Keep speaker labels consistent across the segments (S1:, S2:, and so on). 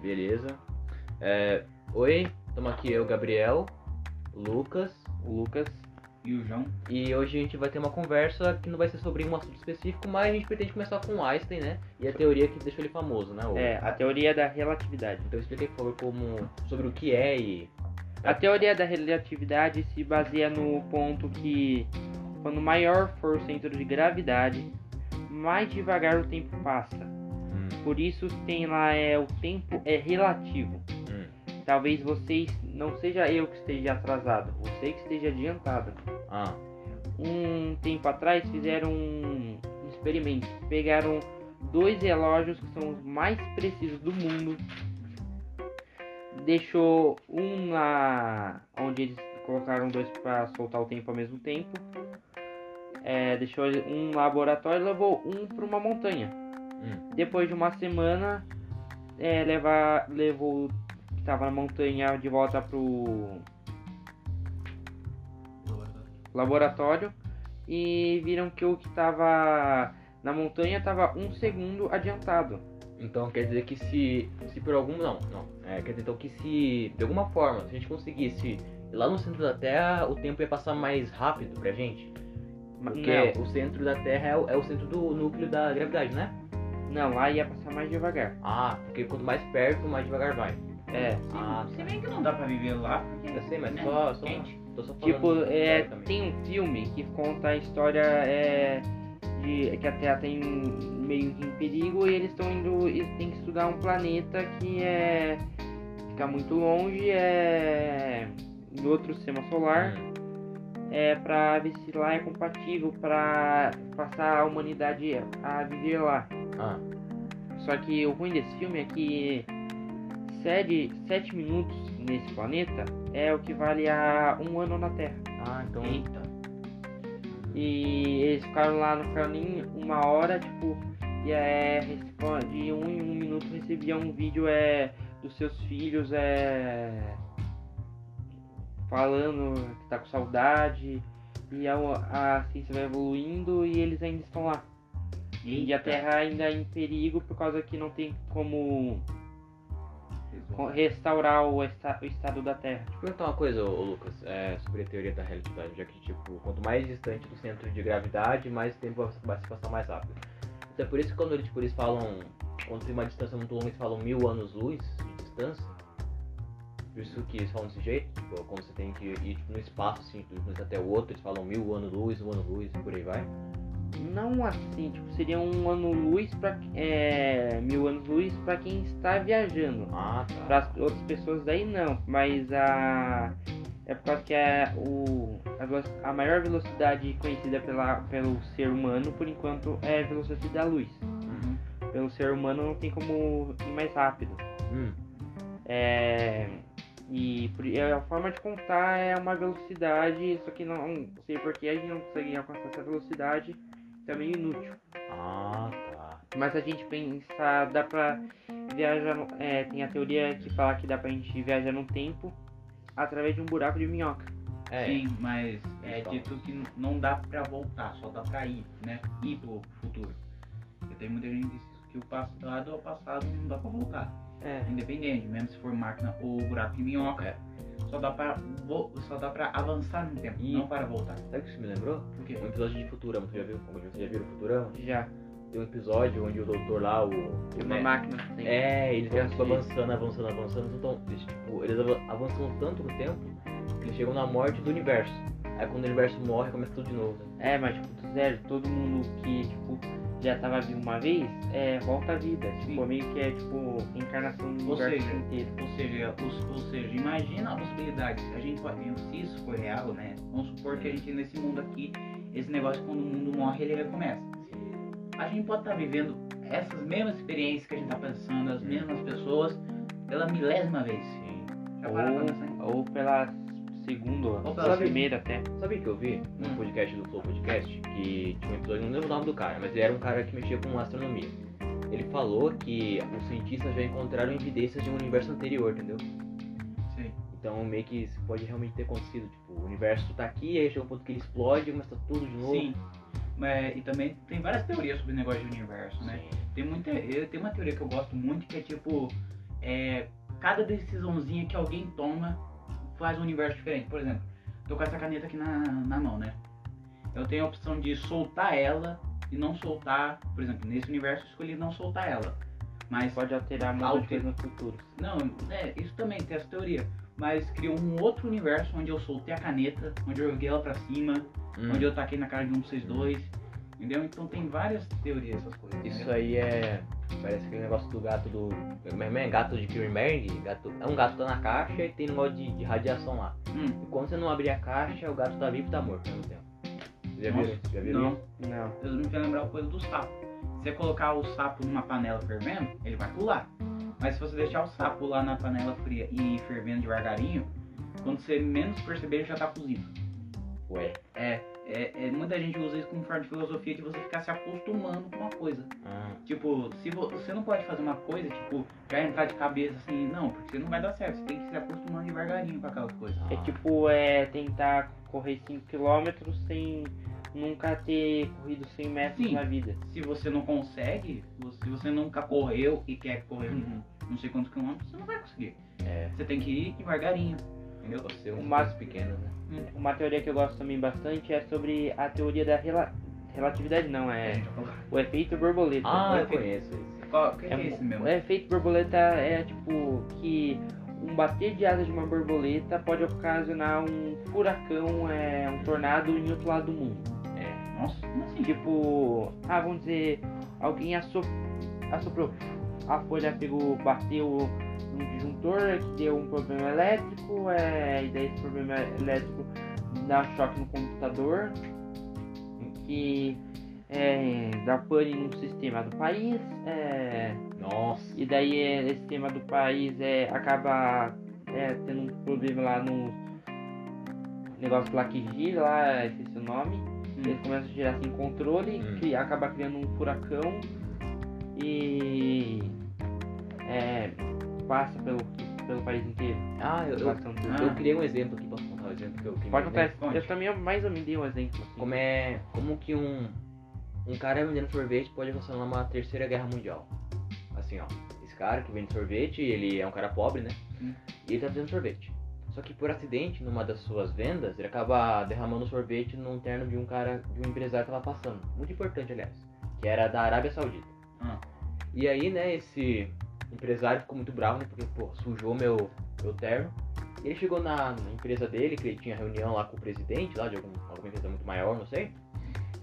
S1: Beleza. É, oi, estamos aqui eu, Gabriel, Lucas
S2: O Lucas.
S3: E o João?
S1: e hoje a gente vai ter uma conversa que não vai ser sobre um assunto específico, mas a gente pretende começar com Einstein, né? E a teoria que deixou ele famoso, né? Hugo?
S2: É, a teoria da relatividade.
S1: Então explica aí, por favor, como, sobre o que é e.
S2: A teoria da relatividade se baseia no ponto que, quando maior for o centro de gravidade, mais devagar o tempo passa.
S1: Hum,
S2: Por isso tem lá é o tempo é relativo.
S1: hum.
S2: Talvez vocês não seja eu que esteja atrasado, você que esteja adiantado.
S1: Ah,
S2: um tempo atrás fizeram um experimento. Pegaram dois relógios que são os mais precisos do mundo. Deixou um na onde eles colocaram dois para soltar o tempo ao mesmo tempo. É, deixou um no laboratório e levou um para uma montanha.
S1: hum.
S2: Depois de uma semana, é, leva, levou o que estava na montanha de volta pro laboratório e viram que o que estava na montanha estava um segundo adiantado.
S1: Então quer dizer que se. Se por algum. Não, não. É, quer dizer então que se. De alguma forma, se a gente conseguisse ir lá no centro da Terra, o tempo ia passar mais rápido pra gente.
S2: Ma-
S1: Porque o centro da Terra é o, é o centro do núcleo da gravidade, né?
S2: Não, não, lá ia passar mais devagar.
S1: Ah, porque quanto mais perto, mais devagar vai.
S2: É,
S1: Ah,
S3: Se bem que tá. não dá pra viver lá, porque
S1: Eu sei, mas
S3: né,
S1: só. só
S3: quente.
S1: tô só falando
S2: tipo, é,
S1: teoricamente.
S2: tem um filme que conta a história é, de que a Terra tem meio que em perigo e eles estão indo, eles têm que estudar um planeta que é fica muito longe, é em outro sistema solar.
S1: Hum,
S2: é, para ver se lá é compatível para passar a humanidade a viver lá.
S1: Ah,
S2: Só que o ruim desse filme é que sete, sete minutos nesse planeta é o que vale a um ano na Terra.
S1: ah, então.
S3: Eita.
S2: E eles ficaram lá no caminho uma hora, tipo, e é, responde- de um em um minuto recebia um vídeo é, dos seus filhos é, falando que tá com saudade. E a, a ciência vai evoluindo e eles ainda estão lá. E a
S3: Eita.
S2: Terra ainda é em perigo por causa que não tem como
S3: tá.
S2: co-
S3: Resolve.
S2: restaurar o, esta- o estado da Terra.
S1: Deixa eu perguntar uma coisa, ô, ô, Lucas, é, sobre a teoria da relatividade, já que, tipo, quanto mais distante do centro de gravidade, mais o tempo vai- vai se passar mais rápido. Então é por isso que quando eles, tipo, eles falam, quando tem uma distância muito longa, eles falam mil anos-luz de distância. Por isso que eles falam desse jeito, tipo, quando você tem que ir, tipo, no espaço, assim, de um planeta até o outro, eles falam mil anos-luz, um ano-luz, e por aí vai.
S2: Não assim, tipo, seria um ano-luz para é, mil anos-luz para quem está viajando.
S1: Ah, tá.
S2: Para as outras pessoas daí não, mas a é por causa que é o a, velo- a maior velocidade conhecida pela, pelo ser humano por enquanto é a velocidade da luz.
S3: Uhum.
S2: Pelo ser humano não tem como ir mais rápido.
S1: Hum,
S2: É, e por- e a forma de contar é uma velocidade, só que não sei porque a gente não consegue alcançar essa velocidade, também inútil.
S1: Ah, tá.
S2: Mas se a gente pensar, dá pra viajar. no- é, tem a teoria que fala que dá pra gente viajar no tempo através de um buraco de minhoca.
S1: É,
S3: Sim, mas é
S1: Então.
S3: dito que n- não dá pra voltar, só dá pra ir, né? Ir pro futuro. Porque tem muita gente que diz que o passado é o passado, não dá pra voltar.
S2: É,
S3: Independente, mesmo se for máquina ou buraco de minhoca,
S1: É.
S3: só, dá pra, vo- só dá pra avançar no tempo,
S1: E-
S3: não para voltar.
S1: sabe o que isso me lembrou?
S3: Por quê?
S1: Um episódio de Futurama, tu já viu? Você já viu o Futurama?
S2: já.
S1: Tem um episódio onde o doutor lá, o...
S2: Tem
S1: é,
S2: uma máquina que tem.
S1: É, eles vão
S2: Eu
S1: tipo,
S2: vi.
S1: avançando, avançando, avançando. Então, eles, tipo, eles avan- avançam tanto no tempo que eles chegam na morte do universo. Aí quando o universo morre, começa tudo de novo. né?
S2: É, mas tipo, do zero, todo mundo que, tipo, já tava vivo uma vez, é, volta à vida. Tipo,
S3: Sim.
S2: meio que é tipo encarnação do
S3: Ou
S2: universo
S3: seja,
S2: inteiro.
S3: Ou seja, os- ou seja, imagina a possibilidade. Se a gente pode- se isso for real, né? Vamos supor que a gente nesse mundo aqui, esse negócio quando o mundo morre, ele recomeça. A gente pode estar vivendo essas mesmas experiências que a gente está pensando, as
S1: Hum.
S3: mesmas pessoas, pela milésima vez.
S1: Sim.
S3: Já pararam pra pensar?
S2: Ou, ou pela segunda, ou
S3: Ou
S2: pela,
S3: pela
S2: primeira até.
S1: Sabe o que eu vi num
S3: Hum.
S1: podcast do Flow Podcast? Que tinha um episódio, não lembro o nome do cara, mas ele era um cara que mexia com astronomia. Ele falou que os cientistas já encontraram evidências de um universo anterior, entendeu?
S3: Sim.
S1: Então meio que isso pode realmente ter acontecido. Tipo, o universo tá aqui, aí chega um ponto que ele explode, começa tudo de novo.
S3: Sim. Mas, e também tem várias teorias sobre o negócio de universo, né?
S1: Sim.
S3: Tem, muita, eu- tem uma teoria que eu gosto muito que é tipo. é, cada decisãozinha que alguém toma faz um universo diferente. Por exemplo, tô com essa caneta aqui na, na mão, né? Eu tenho a opção de soltar ela e não soltar, por exemplo, nesse universo eu escolhi não soltar ela. Mas
S2: Pode alterar muitas
S3: Alter-
S2: coisas no futuro.
S3: não, é, isso também tem essa teoria. Mas criou um outro universo onde eu soltei a caneta, onde eu joguei ela pra cima,
S1: Hum.
S3: onde eu taquei na cara de um 6-2. Entendeu? Então tem várias teorias essas coisas.
S1: Isso
S3: entendeu?
S1: aí é. Parece aquele negócio do gato do. Como é que é? Gato de Kirmering? Gato... É um gato que tá na caixa e tem negócio de, de radiação lá.
S3: Hum,
S1: E quando você não abrir a caixa, o gato tá vivo e tá morto ao mesmo tempo. Você Já viu?
S3: Nossa,
S1: isso? Já viu?
S3: não,
S1: isso?
S2: Não.
S3: eu não quero lembrar o coisa do sapo. Se você colocar o sapo numa panela fervendo, ele vai pular. Mas se você deixar o sapo lá na panela fria e ir fervendo devagarinho, quando você menos perceber, ele já tá cozido.
S1: Ué.
S3: É, é, é, muita gente usa isso como forma de filosofia de você ficar se acostumando com uma coisa.
S1: Ah,
S3: Tipo, se vo- você não pode fazer uma coisa, tipo, já entrar de cabeça assim, não, porque não vai dar certo. Você tem que se acostumar devagarinho com aquelas coisas.
S2: É tipo é, tentar correr 5km sem nunca ter corrido 100 metros
S3: Sim.
S2: na vida.
S3: Se você não consegue, se você nunca correu e quer correr um,
S2: Uhum.
S3: não sei quantos quilômetros, você não vai conseguir.
S1: é.
S3: Você tem que ir devagarinho. Entendeu?
S1: Você é
S2: O
S1: um
S2: mato-
S1: mais pequeno, né?
S2: Uma teoria que eu gosto também bastante é sobre a teoria da rela- relatividade, não, é o efeito borboleta.
S1: Ah, eu
S3: ok.
S1: conheço esse.
S3: Qual, que, que é
S2: mu-
S3: esse mesmo?
S2: O efeito borboleta é tipo que um bater de asas de uma borboleta pode ocasionar um furacão, é, um tornado em outro lado do mundo.
S1: É.
S3: Nossa, como assim?
S2: Tipo, ah, vamos dizer, alguém assop- assoprou, a folha pegou, bateu no disjuntor, que deu um problema elétrico, é, e daí esse problema elétrico dá choque no computador, que é, dá pane no sistema do país, é,
S1: Nossa.
S2: e daí é, esse tema do país é, acaba é, tendo um problema lá no negócio lá que gira, lá, esqueci o nome. Ele começa a girar sem controle,
S1: Hum.
S2: cria- acaba criando um furacão e é, passa pelo, pelo país inteiro.
S1: Ah, eu, eu,
S2: Furacão tudo.
S1: eu criei um exemplo aqui, posso contar o exemplo que eu criei?
S2: Pode contar,
S3: conte.
S2: eu também mais ou menos dei um exemplo. assim.
S1: Como é. Como que um. Um cara vendendo sorvete pode ocasionar uma terceira guerra mundial. Assim, ó. Esse cara que vende sorvete, ele é um cara pobre, né?
S3: Hum.
S1: E ele tá vendendo sorvete. Só que por acidente, numa das suas vendas, ele acaba derramando sorvete num terno de um cara, de um empresário que tava passando. Muito importante, aliás. Que era da Arábia Saudita.
S3: Ah.
S1: E aí, né, esse empresário ficou muito bravo, né? Porque, pô, sujou meu, meu terno. Ele chegou na na empresa dele, que ele tinha reunião lá com o presidente, lá de algum- alguma empresa muito maior, não sei.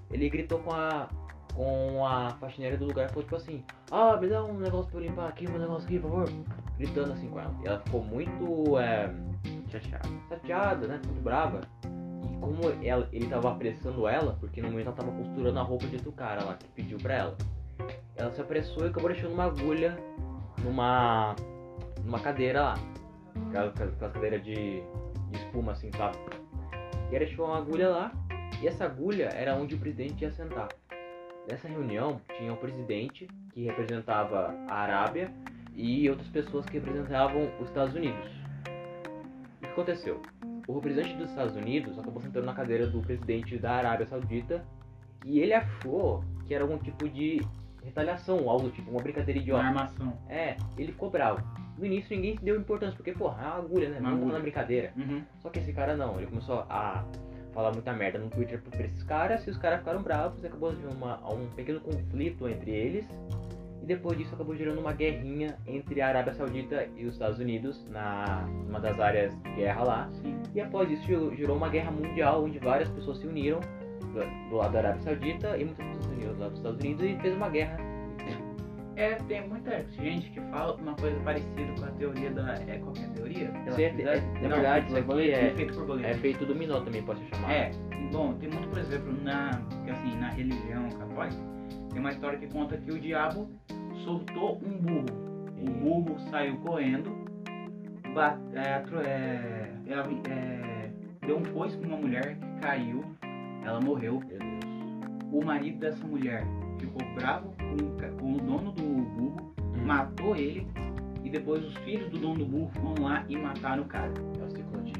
S1: Ele gritou com a, com a faxineira do lugar e falou tipo assim: Ah, me dá um negócio pra eu limpar aqui, um negócio aqui, por favor. Gritando assim com ela. E ela ficou muito é,
S2: Chateado.
S1: chateada, né? Muito brava. E como ela, ele tava apressando ela, porque no momento ela tava costurando a roupa de outro cara lá que pediu pra ela. Ela se apressou e acabou deixando uma agulha numa. numa cadeira lá. Aquelas, aquelas cadeiras de, de espuma assim, sabe? E ela deixou uma agulha lá, e essa agulha era onde o presidente ia sentar. Nessa reunião tinha o presidente, que representava a Arábia, e outras pessoas que representavam os Estados Unidos. O que aconteceu? O representante dos Estados Unidos acabou sentando na cadeira do presidente da Arábia Saudita e ele achou que era algum tipo de retaliação, algo tipo uma brincadeira
S3: Uma
S1: idiota.
S3: armação.
S1: É, ele ficou bravo. No início ninguém deu importância, porque, porra, é uma agulha, né?
S3: Uma
S1: Vamos
S3: agulha.
S1: na brincadeira.
S3: Uhum.
S1: Só que esse cara não, ele começou a falar muita merda no Twitter pra pra esses caras, e os caras ficaram bravos, e acabou de uma, um pequeno conflito entre eles. E depois disso acabou gerando uma guerrinha entre a Arábia Saudita e os Estados Unidos, na uma das áreas de guerra lá.
S3: Sim.
S1: E após isso gerou- gerou uma guerra mundial onde várias pessoas se uniram do, do lado da Arábia Saudita e muitas pessoas se uniram do lado dos Estados Unidos e fez uma guerra.
S3: É, tem muita gente que fala uma coisa parecida com a teoria da. É qualquer teoria?
S1: Sim, é- é- na
S3: Não,
S1: verdade,
S3: isso
S1: isso aqui
S3: aqui
S1: é-
S3: feito por
S1: É feito dominó também pode ser chamado.
S3: É, bom, tem muito, por exemplo, na, que assim, na religião católica, tem uma história que conta que o diabo soltou um burro. O burro saiu correndo, ba- é, atro- é, ela- é, deu um foice pra uma mulher que caiu, ela morreu.
S1: Meu Deus.
S3: O marido dessa mulher ficou bravo com, o ca- com o dono do burro,
S1: Hum.
S3: matou ele, e depois os filhos do dono do burro foram lá e mataram o cara.
S1: É o ciclo de.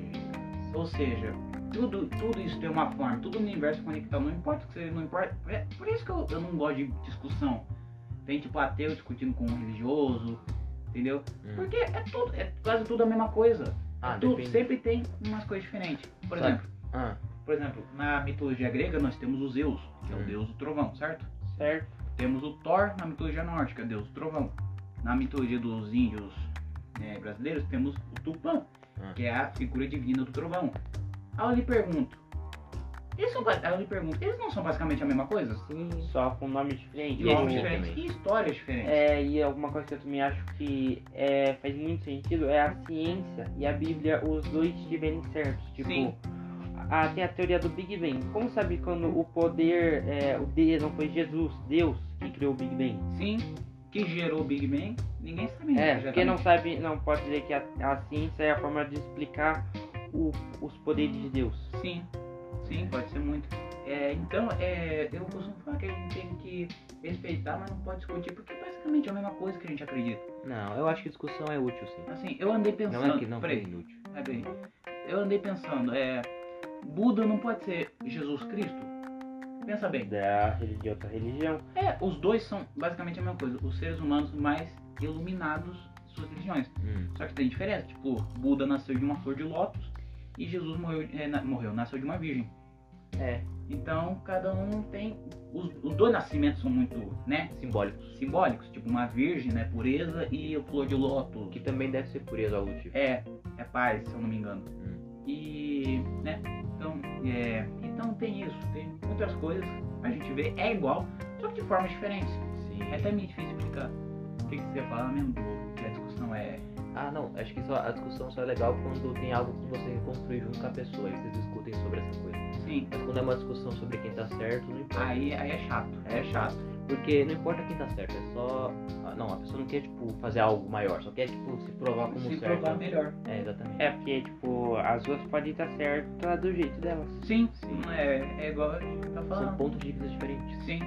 S3: Ou seja, tudo, tudo isso tem uma forma, tudo no universo é conectado, não importa o que você não importa. é por isso que eu, eu não gosto de discussão. Tem tipo ateu discutindo com um religioso, entendeu?
S1: Hum.
S3: Porque é, tudo, é quase tudo a mesma coisa.
S1: Ah,
S3: tudo,
S1: depende.
S3: sempre tem umas coisas diferentes. Por
S1: Sabe?
S3: exemplo,
S1: Ah,
S3: por exemplo, na mitologia grega nós temos o Zeus, que é o
S1: Hum.
S3: deus do trovão, certo?
S2: certo?
S3: Temos o Thor na mitologia nórdica, deus do trovão. Na mitologia dos índios né, brasileiros temos o Tupã,
S1: Ah.
S3: que é a figura divina do trovão. Aí eu lhe pergunto, eles são, ba- aí eu lhe pergunto, eles não são basicamente a mesma coisa?
S2: Sim, só com nomes diferentes.
S3: E
S1: Sim,
S3: nomes
S1: sim.
S3: diferentes e histórias diferentes.
S2: É, e alguma coisa que eu também acho que é, faz muito sentido é a ciência e a Bíblia, os dois estiverem certos. Tipo,
S3: Sim.
S2: a- tem a teoria do Big Bang. Como sabe quando o poder, é, o D não foi Jesus, Deus que criou o Big Bang?
S3: Sim, que gerou o Big Bang, ninguém sabe. tá
S2: É,
S3: exatamente.
S2: quem não sabe, não pode dizer que a, a ciência é a forma de explicar o- os poderes de Deus.
S3: Sim, sim, pode ser muito. É, então, é, eu costumo falar que a gente tem que respeitar, mas não pode discutir, porque basicamente é a mesma coisa que a gente acredita.
S1: não, eu acho que discussão é útil sim.
S3: Assim, eu andei pensando.
S1: Não é que não foi
S3: peraí,
S1: inútil.
S3: peraí. Eu andei pensando, é. Buda não pode ser Jesus Cristo? Pensa bem.
S2: Da relig- de outra religião.
S3: É, os dois são basicamente a mesma coisa. Os seres humanos mais iluminados de suas religiões.
S1: Hum,
S3: Só que tem diferença. Tipo, Buda nasceu de uma flor de lótus e Jesus morreu, é, na- morreu nasceu de uma virgem.
S2: É.
S3: Então, cada um tem. Os, os dois nascimentos são muito, né?
S1: é Simbólico.
S3: Simbólicos. Tipo, uma virgem, né? Pureza e o flor de lótus.
S1: Que também deve ser pureza algo do tipo.
S3: É, é paz, se eu não me engano.
S1: Hum.
S3: E, né? Então, é, então tem isso, tem muitas coisas a gente vê é igual, só que de formas diferentes.
S1: Sim.
S3: É até meio difícil explicar. O que, que você fala mesmo do que a discussão é?
S1: Ah, não, acho que só, a discussão só é legal quando tem algo que você reconstrui junto com a pessoa e vocês discutem sobre essa coisa.
S3: Sim.
S1: Mas quando é uma discussão sobre quem tá certo, não importa.
S3: Aí, aí é chato, aí é chato.
S1: Porque não importa quem tá certo, é só. ah, Não, a pessoa não quer, tipo, fazer algo maior, só quer, tipo, se provar como
S3: Se
S1: certo.
S3: provar melhor.
S1: É, exatamente.
S2: É, porque, tipo, as duas podem estar certas do jeito delas.
S3: Sim,
S1: Sim.
S3: É, é igual a gente tá
S1: São
S3: falando.
S1: pontos de vista diferentes.
S3: Sim.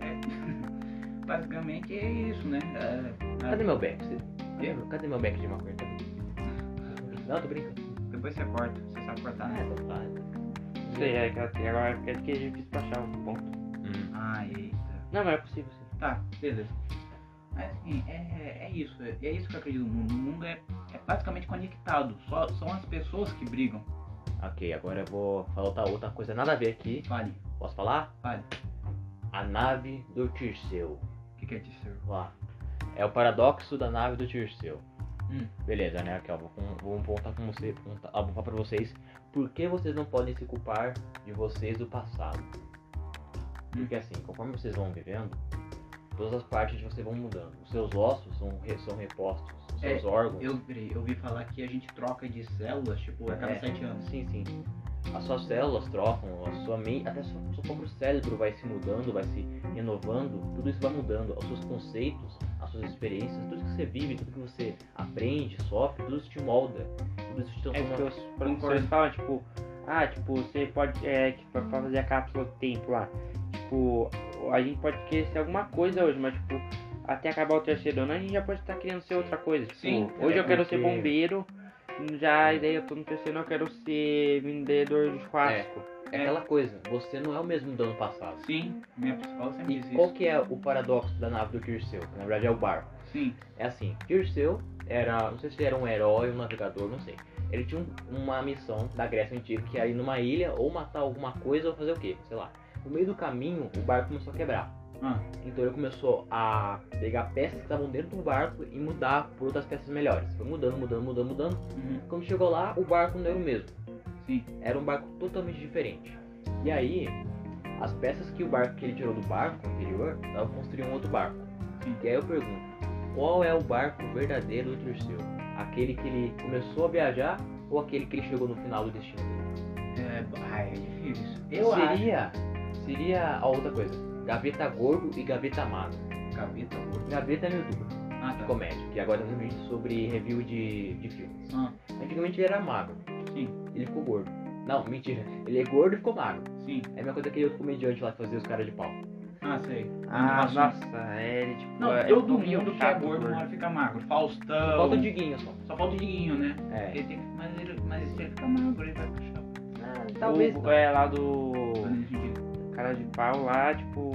S3: É. Basicamente é isso, né? É,
S1: Cadê
S3: é,
S1: meu beck?
S3: Quê?
S1: Cadê meu beck de maconha? Tá- Não, tô brincando.
S3: Depois você corta, você sabe cortar,
S1: Ah,
S3: né?
S1: então tá.
S2: Não sei, é que agora é porque é difícil pra achar um ponto.
S1: Hum.
S3: Ah, eita.
S2: Não, mas é possível sim.
S3: Tá, beleza. Mas assim, é, é isso, é, é isso que eu acredito no mundo. O mundo é, é basicamente conectado, só são as pessoas que brigam.
S1: Ok, agora eu vou falar outra, outra coisa, nada a ver aqui.
S3: Fale,
S1: Posso falar?
S3: fale.
S1: A nave do Tirceu.
S3: O que, que é disso?
S1: Lá. É o paradoxo da nave do Tirceu.
S3: Hum.
S1: Beleza, né, Raquel? Vou, com- vou contar, com você, contar, ah, vou falar pra vocês por que vocês não podem se culpar de vocês do passado.
S3: Hum.
S1: Porque assim, conforme vocês vão vivendo, todas as partes de você vão mudando. Os seus ossos são, re- são repostos, os
S3: É,
S1: seus órgãos.
S3: Eu, peraí, eu ouvi falar que a gente troca de células, tipo, a cada
S1: É.
S3: sete anos.
S1: Sim, sim. As suas células trocam, a sua mente, até seu, seu próprio cérebro vai se mudando, vai se renovando, tudo isso vai mudando. Os seus conceitos, as suas experiências, tudo que você vive, tudo que você aprende, sofre, tudo isso te molda. Tudo isso te
S2: É
S1: transforma.
S2: porque os professores falam, tipo, ah, tipo, você pode, é, que pra pra fazer a cápsula do tempo lá, tipo, a gente pode querer ser alguma coisa hoje, mas, tipo, até acabar o terceiro ano, a gente já pode estar querendo ser outra coisa. Tipo,
S3: Sim,
S2: hoje eu
S1: é,
S2: quero ser
S1: porque-
S2: bombeiro, já, e daí eu tô no terceiro ano, eu quero ser vendedor de churrasco.
S1: É aquela coisa, você não é o mesmo do ano passado.
S3: Sim, minha psicóloga sempre
S1: E
S3: diz
S1: qual
S3: isso.
S1: que é o paradoxo da nave do Tirceu? que Na verdade é o barco.
S3: Sim,
S1: É assim, Tirceu era, não sei se ele era um herói, um navegador, não sei. Ele tinha um- uma missão da Grécia Antiga, que era ir numa ilha, ou matar alguma coisa, ou fazer o quê, sei lá. No meio do caminho, o barco começou a quebrar.
S3: Ah.
S1: Então ele começou a pegar peças que estavam dentro do barco e mudar por outras peças melhores. Foi mudando, mudando, mudando, mudando.
S3: uhum,
S1: Quando chegou lá, o barco não era o mesmo
S3: sim.
S1: era um barco totalmente diferente. E aí, as peças que o barco que ele tirou do barco anterior, ela construiu um outro barco.
S3: Sim.
S1: E aí eu pergunto, qual é o barco verdadeiro do Tirceu? Aquele que ele começou a viajar ou aquele que ele chegou no final do destino dele?
S3: É, ai, é difícil isso. Eu acho.
S1: seria, seria a outra coisa. Gaveta gordo e gaveta magro.
S3: Gaveta, pô.
S1: Gaveta é um youtuber
S3: Ah,
S1: de
S3: tá.
S1: comédia, que agora tá fazendo vídeo sobre review de, de filmes.
S3: Ah,
S1: Antigamente ele era magro,
S3: sim,
S1: ele ficou gordo. Não, mentira, ele é gordo e ficou magro.
S3: sim.
S1: É a mesma coisa que aquele outro comediante lá que fazia os caras de pau.
S3: Ah, sei.
S2: Ah,
S3: Nossa.
S2: nossa, é, ele, tipo,
S3: Não,
S2: é,
S3: todo
S2: é
S3: mundo que é
S2: chato,
S3: gordo uma hora fica magro. Faustão.
S1: Falta o Diguinho só.
S3: Só falta o Diguinho, né?
S1: É.
S3: Ele tem que- Mas ele, mas ele fica magro, ele vai puxar.
S1: Ah,
S2: O, é lá do
S3: Fazendo sentido.
S2: cara de pau lá, tipo,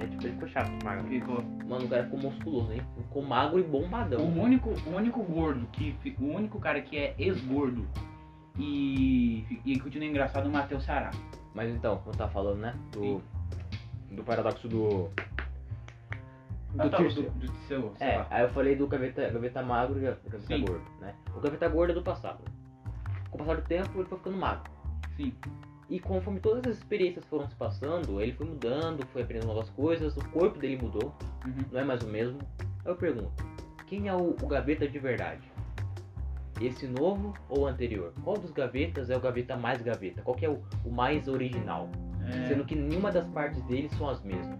S1: É, tipo, ele ficou chato, magro.
S3: Ficou.
S1: Mano, o cara ficou musculoso, hein? Ficou magro e bombadão.
S3: O único, o único gordo que. fi- O único cara que é ex-gordo e, e continua engraçado é o Matheus Sará.
S1: Mas então, como eu tava falando, né? Do.
S3: Sim.
S1: Do paradoxo do.
S3: Ah, tá,
S2: Tirso.
S3: do, do seu, sei
S1: É,
S3: lá.
S1: aí eu falei do gaveta, gaveta magro e do gaveta
S3: Sim.
S1: gordo, né? O gaveta gordo é do passado. Com o passar do tempo, ele foi ficando magro.
S3: Sim.
S1: E conforme todas as experiências foram se passando, ele foi mudando, foi aprendendo novas coisas, o corpo dele mudou,
S3: Uhum.
S1: não é mais o mesmo. Aí eu pergunto, quem é o, o gaveta de verdade? Esse novo ou o anterior? Qual dos gavetas é o gaveta mais gaveta? Qual que é o, o mais original?
S3: É,
S1: Sendo que nenhuma das partes dele são as mesmas.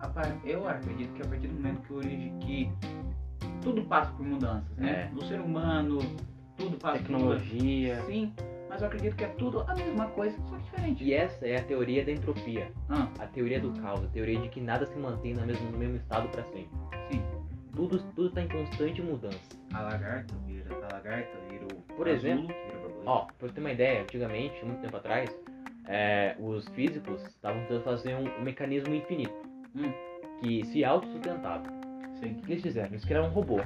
S3: a par- É, eu acredito que a partir do momento que, o origi- que tudo passa por mudanças, né?
S1: É.
S3: Do ser humano, tudo passa por
S2: Tecnologia.
S3: mudanças. Sim, mas eu acredito que é tudo a mesma coisa, só que diferente.
S1: E essa é a teoria da entropia,
S3: Ah,
S1: a teoria do caos, a teoria de que nada se mantém na mesma- no mesmo estado para sempre.
S3: sim.
S1: Tudo está em constante mudança.
S3: A lagarta vira, a lagarta vira o
S1: Por
S3: casulo,
S1: exemplo,
S3: que vira borboleta.
S1: Ó, pra você ter uma ideia, antigamente, muito tempo atrás, é, os físicos estavam tentando fazer um, um mecanismo infinito
S3: Hum.
S1: que se autossustentava.
S3: Sim.
S1: O que eles fizeram? Eles criaram um robô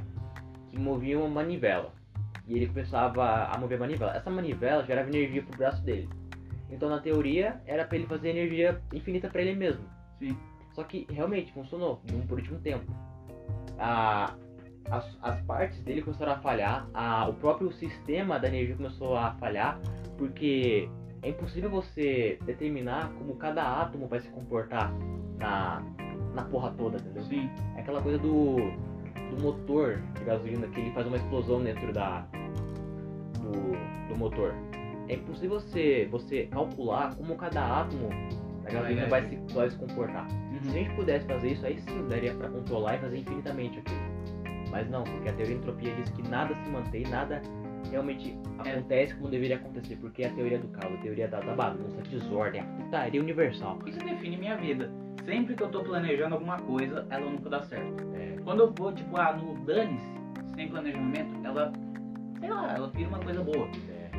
S1: que movia uma manivela. E ele começava a mover a manivela. Essa manivela gerava energia pro braço dele. Então, na teoria, era pra ele fazer energia infinita pra ele mesmo.
S3: Sim.
S1: Só que realmente funcionou de um- por último tempo. A- as, as partes dele começaram a falhar, a- o próprio sistema da energia começou a falhar, porque é impossível você determinar como cada átomo vai se comportar na, na porra toda, entendeu?
S3: Sim.
S1: É aquela coisa do, do motor de gasolina que ele faz uma explosão dentro da do, do motor. É impossível você, você calcular como cada átomo da gasolina
S3: Vai
S1: vai se, vai se comportar. Se a
S3: Uhum.
S1: gente pudesse fazer isso, aí sim daria pra controlar e fazer infinitamente aquilo. Mas não, porque a teoria da entropia diz que nada se mantém, nada realmente
S3: É.
S1: acontece como deveria acontecer, porque é a teoria do caos, a teoria da, da bagunça, desordem, a putaria universal.
S3: Isso define minha vida. Sempre que eu tô planejando alguma coisa, ela nunca dá certo.
S1: É.
S3: Quando eu vou, tipo, ah, no dane-se, sem planejamento, ela, sei lá, ela vira uma coisa boa.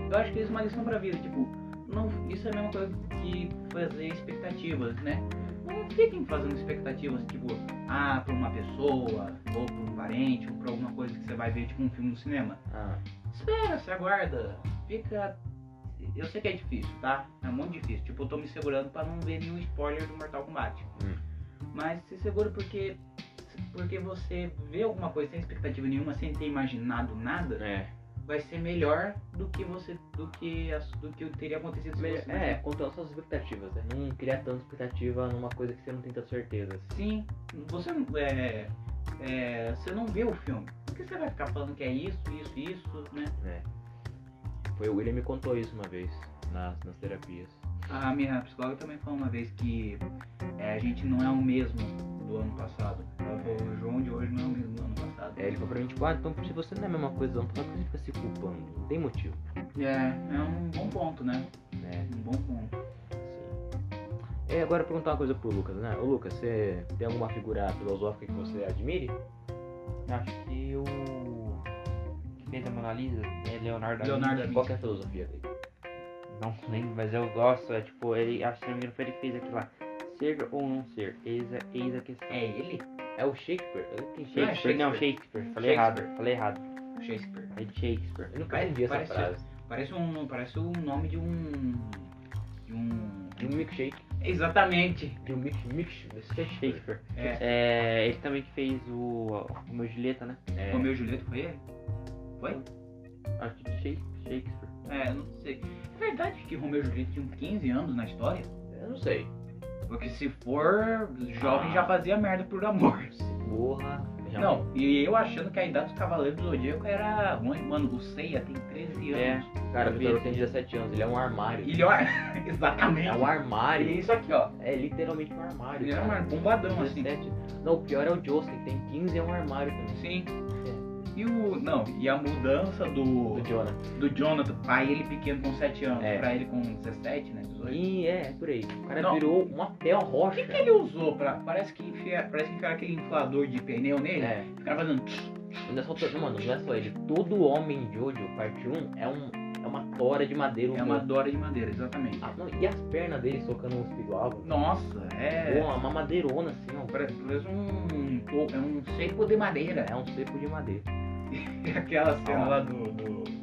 S3: Eu acho que isso é uma lição pra vida, tipo, não, isso é a mesma coisa que fazer expectativas, né? Não fiquem fazendo expectativas, tipo, ah, pra uma pessoa, ou pra um parente, ou pra alguma coisa que você vai ver, tipo, um filme no cinema.
S1: Ah,
S3: Espera, se aguarda. Fica. Eu sei que é difícil, tá? É muito difícil. Tipo, eu tô me segurando pra não ver nenhum spoiler do Mortal Kombat.
S1: Hum.
S3: Mas se segura porque. Porque você vê alguma coisa sem expectativa nenhuma, sem ter imaginado nada,
S1: é.
S3: vai ser melhor do que você. do que, as- do que teria acontecido se
S1: Melhor-
S3: você.
S1: é, controlar suas expectativas, né? Não criar tanta expectativa numa coisa que você não tem tanta certeza. assim,
S3: Sim, você não- é, é, Você não vê o filme. Por que você vai ficar falando que é isso, isso, isso, né?
S1: Foi o William me contou isso uma vez, nas, nas terapias.
S3: A minha psicóloga também falou uma vez que é, a gente não é o mesmo do ano passado. Ela falou, o João de hoje não é o mesmo do ano passado.
S1: É, ele falou pra mim, tipo, ah, então se você não é a mesma coisa, não, por que você fica se culpando? Não tem motivo.
S3: É, é um bom ponto, né?
S1: Né?
S3: Um bom ponto.
S1: Sim. É, agora eu vou perguntar uma coisa pro Lucas, né? Ô Lucas, você tem alguma figura filosófica que você admire?
S2: Acho que o. Que fez a Mona Lisa? É Leonardo da
S3: Leonardo da
S1: Qual
S3: Vinci.
S1: que é a filosofia dele?
S2: Não lembro, mas eu gosto. É tipo, ele, acho que se não me engano, foi ele que fez aquilo lá. Ser ou não ser? Eis a, eis a questão.
S3: É ele?
S1: É o Shakespeare? Eu não entendi.
S2: Shakespeare,
S3: Ah, é Shakespeare.
S2: não, Shakespeare. Falei
S3: Shakespeare.
S2: errado, falei errado.
S3: Shakespeare.
S2: É de Shakespeare.
S1: Eu nunca
S3: Parece-
S1: entendi essa
S3: parece-
S1: frase.
S3: Parece um. Parece o nome de um. De um.
S1: De um milkshake.
S3: Exatamente.
S1: De um milk- milkshake. Shakespeare.
S2: Shakespeare.
S3: É.
S2: É, ele também que fez o. O meu Julieta, né?
S1: É.
S3: Romeu e Julieta foi ele?
S2: Acho que Shakespeare. Shakespeare.
S3: É, eu não sei. É verdade que Romeu e Julieta tinham 15 anos na história?
S1: Eu não sei.
S3: Porque se for jovem
S1: Ah.
S3: já fazia merda por amor.
S1: Porra.
S3: Não, e eu achando que a idade dos Cavaleiros do Zodíaco era ruim. Mano, o Seiya tem 13
S2: É.
S3: anos.
S1: Cara,
S2: Eu
S1: o
S2: vi
S1: Vitor
S2: esse
S1: tem 17 anos, ele é um armário.
S3: Ele olha. Exatamente.
S1: É um armário.
S3: E isso aqui, ó.
S1: É literalmente um armário.
S3: Ele é um
S1: cara.
S3: armário bombadão, assim.
S1: 17. Não, o pior é o Joseph, que tem 15 e é um armário também.
S3: Sim. E o. Não, e a mudança do.
S1: Do Jonah.
S3: Do Jonathan, pai ele pequeno com 7 anos,
S1: É.
S3: pra ele com 17, né? 18.
S1: E é, é por aí. O cara
S3: Não.
S1: virou uma pé uma
S3: O que, é que
S1: rocha.
S3: ele usou pra. Parece que enfia- parece que enfiaram aquele inflador de pneu nele.
S1: É,
S3: Ficaram fazendo.
S1: não é só, todo- mano, não é só ele. Todo homem Jojo, parte 1, é um, É uma tora de madeira.
S3: É uma
S1: humana.
S3: dora de madeira, exatamente.
S1: Uhum. Ah, não, e as pernas dele socando um espigalo?
S3: Nossa, é.
S1: Pô, uma madeirona assim, ó.
S3: Parece parece um, to- é um seco de madeira.
S1: É um seco de madeira.
S3: Aquela cena
S1: Ah.
S3: lá do. do... do-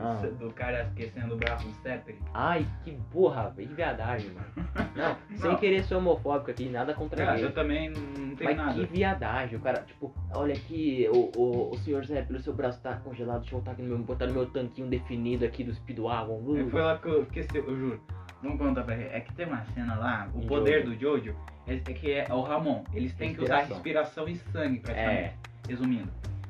S1: Ah.
S3: Do cara esquecendo o braço do Stepper.
S1: Ai, que porra, velho, que viadagem, mano. Não, sem
S3: Não.
S1: querer ser homofóbico aqui, nada contra
S3: Ah, eu
S1: ele.
S3: também não tenho
S1: Mas que
S3: nada.
S1: viadagem, o cara, tipo, olha aqui, o, o, o senhor Zé, pelo seu braço tá congelado, deixa eu botar, aqui no meu, botar no meu tanquinho definido aqui do uh, Speedwagon.
S3: É, Foi lá que eu esqueci, eu juro. Vamos contar pra ele. É que tem uma cena lá, o
S1: Em
S3: poder do Jojo é é que é o Ramon. Eles têm que usar respiração e sangue praticamente.
S1: É,
S3: resumindo.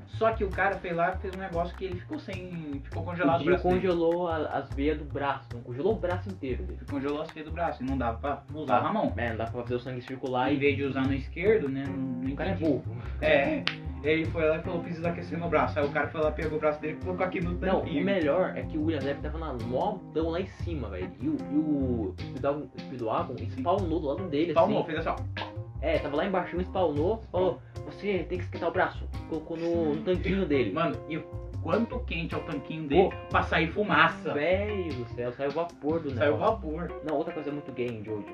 S3: Só que o cara foi lá e fez um negócio que ele ficou sem. ficou
S1: o
S3: congelado o
S1: Dio
S3: braço. dele.
S1: congelou a- as veias do braço, não congelou o braço inteiro dele.
S3: Congelou as feias do braço e não dava pra usar a mão.
S1: É, não dá pra fazer o sangue circular
S3: Em
S1: e
S3: vez de usar no esquerdo, né? Não, não
S1: o cara é
S3: entendi.
S1: burro.
S3: É. Ele foi lá e falou, preciso aquecer meu braço. Aí o cara foi lá, pegou o braço dele e colocou aqui no
S1: Não, o
S3: tanquinho.
S1: melhor é que o William Zep tava na modão lá em cima, velho. E o, e o Speedwagon, Speedwagon spawnou do lado dele,
S3: Palmou,
S1: assim.
S3: fez assim, ó.
S1: É, tava lá embaixo, spawnou, falou, você tem que esquentar o braço. Colocou no, no tanquinho dele.
S3: Mano, e o quanto quente é o tanquinho dele pra sair fumaça.
S1: Velho do céu, saiu vapor do
S3: Tá. Saiu
S1: negócio.
S3: vapor.
S1: Não, outra coisa muito gay de hoje.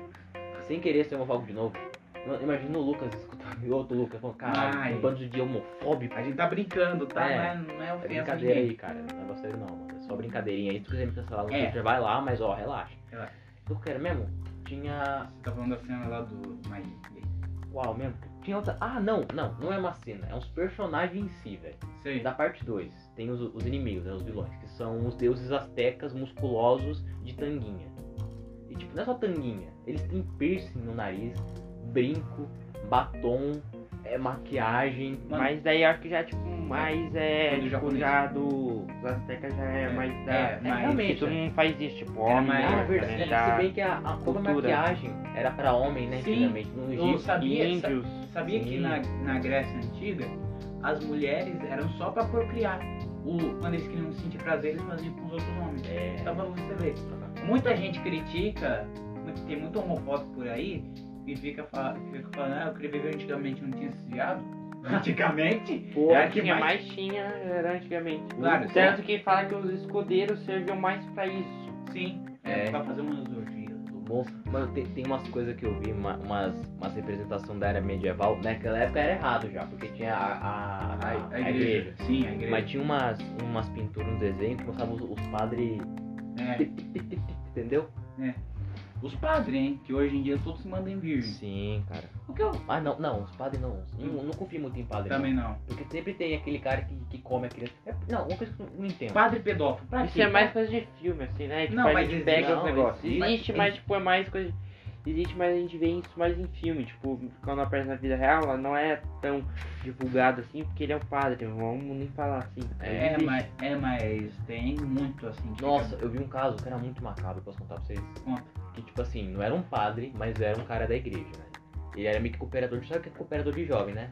S1: Sem querer ser homofóbico de novo. Ima- Imagina o Lucas escutando o outro Lucas falando,
S3: Ai.
S1: caralho, um bando de homofóbico.
S3: A gente tá brincando, tá?
S1: É.
S3: Não, é, não é
S1: É
S3: ofensa a
S1: brincadeira
S3: ninguém.
S1: aí, cara. Não é negócio sério não, mano. É só brincadeirinha aí. Se tu quiser me cancelar no
S3: É.
S1: Twitter, vai lá, mas ó, relaxa.
S3: Relaxa.
S1: Eu quero mesmo. Tinha.
S3: Você tá falando da cena lá do. Mas.
S1: Uau, mesmo. Tinha outra. Ah, não, não, não é uma cena. É uns personagens em si, velho.
S3: Sei.
S1: Da parte 2, tem os, os inimigos, né? Os vilões, que são os deuses astecas musculosos de tanguinha. E tipo, não é só tanguinha. Eles têm piercing no nariz, brinco, batom, é, maquiagem.
S3: Mano,
S2: Mas daí eu acho que já, tipo, mais é.
S3: Tudo
S2: Tipo,
S3: japonês.
S2: já do. Dos Aztecas já é,
S3: É,
S2: mais da.
S3: é, mas-
S2: realmente.
S1: realmente,
S2: Todo
S1: né?
S2: mundo faz isso, tipo,
S3: Era
S2: homem,
S3: mais-
S1: Ah,
S2: né,
S1: é verdade. Se
S2: tá?
S1: bem que a, a toda
S2: cultura.
S1: maquiagem era pra homem, né?
S3: Sim,
S1: Antigamente, no
S3: eu
S1: Egito.
S3: sabia, sa-
S2: Índios.
S3: Sabia que
S1: Sim.
S3: na, na Grécia Antiga, as mulheres eram só pra procriar. O, quando eles queriam sentir prazer, eles faziam com os outros homens.
S1: É.
S3: Então, pra você ver. Muita gente critica, muito- tem muito homofóbico por aí, e fica, fa- fica falando, ah, eu queria viver antigamente, não tinha esse viado. Antigamente?
S1: Pô,
S3: É, que
S2: que mais...
S3: mais
S2: tinha era antigamente.
S3: Claro,
S2: Tanto que fala que os escudeiros serviam mais pra isso.
S3: Sim. É,
S1: É.
S3: pra fazer umas orgias.
S1: Bom, mano, tem, tem umas coisas que eu vi, uma- umas, umas representações da era medieval. Naquela época era errado já, porque tinha a, a,
S3: A,
S1: a-
S3: a igreja. Sim, a igreja.
S1: Mas tinha umas, umas pinturas no desenho que mostravam os, os padres,
S3: É.
S1: entendeu?
S3: Os padres, hein? Que hoje em dia todos se mandam em virgem.
S1: Sim, cara.
S3: O que eu
S1: Ah, não, não, os padres não. Não, não confio muito em padre.
S3: também não.
S1: não. Porque sempre tem aquele cara que, que come a criança. É, não, uma coisa que eu não entendo.
S3: Padre pedófilo. Pra
S2: Isso
S3: quê?
S2: é mais coisa de filme, assim, né? Tipo,
S3: Não,
S2: a
S3: mas
S2: gente
S3: existe-
S2: pega os
S1: não,
S2: negócios.
S1: existe-
S2: Existe, mas tipo, é mais coisa. Existe, mas a gente vê isso mais em filme. Tipo, quando aparece na vida real, ela não é tão divulgado assim, porque ele é o padre. Vamos nem falar assim.
S1: É,
S3: É,
S2: Existe.
S3: mas, é, mas tem muito assim. que
S1: Nossa, eu vi um caso que era muito macabro, posso contar pra vocês?
S3: Conta.
S1: Que tipo assim, não era um padre, mas era um cara da igreja, né? Ele era meio que cooperador, de- sabe o que é cooperador de jovem, né?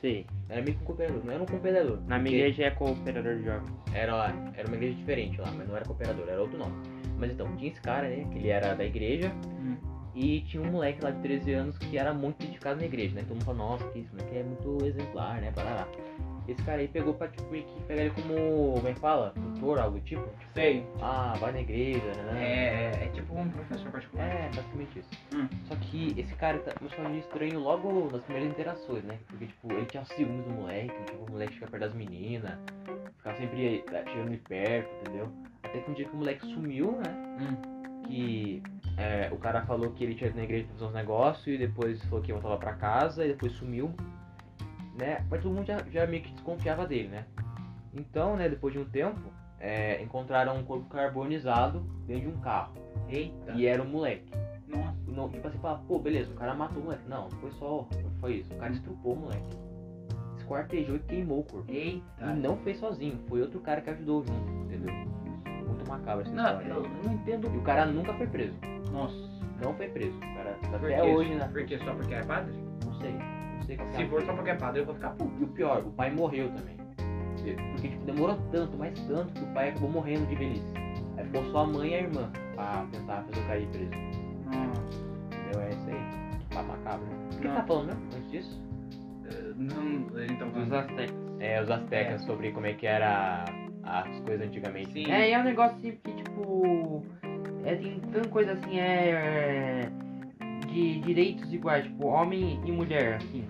S2: Sei.
S1: Era meio que cooperador, não era um cooperador.
S2: Na minha
S1: porque
S2: igreja é cooperador de jovens.
S1: Era, era uma igreja diferente lá, mas não era cooperador, era outro nome. Mas então, tinha esse cara, né? Que ele era da igreja.
S3: Hum.
S1: E tinha um moleque lá de 13 anos que era muito dedicado na igreja, né? Todo mundo fala, nossa, que isso, moleque é muito exemplar, né? Parará. Esse cara aí pegou pra, tipo, meio que pegar ele como, como é que fala? Tutor, algo do tipo.
S3: fica- Sei.
S1: Ah, vai na igreja, né?
S3: É, é tipo um professor particular.
S1: É, basicamente isso.
S3: Hum.
S1: Só que esse cara tá começou a me estranho logo nas primeiras interações, né? Porque, tipo, ele tinha ciúmes do moleque, tipo, o moleque fica perto das meninas, ficava sempre eh, chegando de perto, entendeu? Até que um dia que o moleque sumiu, né? Que eh, o cara falou que ele tinha ido na igreja pra fazer uns negócios e depois falou que ia voltar pra casa e depois sumiu, né? Mas todo mundo já, já meio que desconfiava dele, né? Então, né, depois de um tempo, eh, encontraram um corpo carbonizado dentro de um carro.
S3: Eita.
S1: E é. era o moleque.
S3: Nossa.
S1: E não, tipo assim, fala, pô, beleza, o cara matou o moleque. Não, não foi só, não foi isso. O
S3: Hum.
S1: cara estrupou o moleque. Esquartejou e queimou o corpo.
S3: Eita.
S1: E não fez sozinho, foi outro cara que ajudou junto, entendeu? Muito macabro essa
S3: Não,
S1: história.
S3: eu não entendo.
S1: E o cara nunca foi preso.
S3: Nossa.
S1: Não foi preso. O cara tá
S3: Por
S1: até
S3: quê?
S1: hoje, né?
S3: Por quê? Só porque é padre?
S1: Não sei. Não sei qual que é
S3: Se
S1: a-
S3: for só porque é padre, eu vou ficar puto.
S1: E o pior, o pai morreu também. Porque tipo, demorou tanto, mas tanto, que o pai acabou morrendo de velhice. Aí ficou só a mãe e a irmã pra tentar fazer o cara ir preso.
S3: Nossa.
S1: Entendeu? É isso aí. Tá macabro. né? O que
S3: Não.
S1: tá falando mesmo antes disso?
S3: Eh, Não, a gente tá
S2: Dos
S3: falando.
S2: aztecas.
S1: É, os astecas sobre como é que era as coisas antigamente.
S3: Sim.
S2: É, e é um negócio que, tipo. É, tem tanta coisa assim, é. é, De direitos iguais, tipo, homem e mulher, assim.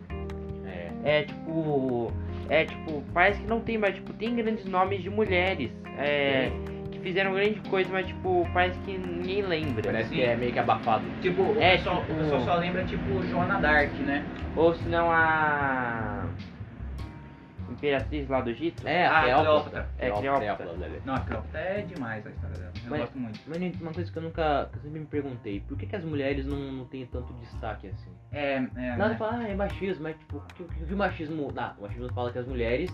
S1: É,
S2: É tipo. É tipo, parece que não tem, mas tipo, tem grandes nomes de mulheres. É. Que fizeram grande coisa, mas tipo, parece que ninguém lembra.
S1: Parece
S3: Sim.
S1: que é meio que abafado.
S3: Tipo, o,
S2: É,
S3: pessoal,
S2: tipo-
S3: o pessoal só lembra, tipo, Joana Dark, né?
S2: Ou se não a. Imperatriz lá do Egito.
S1: É,
S3: Ah,
S1: a Cleópatra.
S3: Cleópatra.
S2: É, Cleópatra.
S1: né, velho.
S3: Não, a Cleópatra é demais a história dela. Eu
S1: Mas-
S3: gosto muito.
S1: Mas gente, uma coisa que eu nunca. que eu sempre me perguntei, por que, que as mulheres não, não têm tanto destaque assim?
S3: É, é, né?
S1: Nada fala, ah, é machismo, mas tipo, o que, o que o machismo. Ah, o machismo fala que as mulheres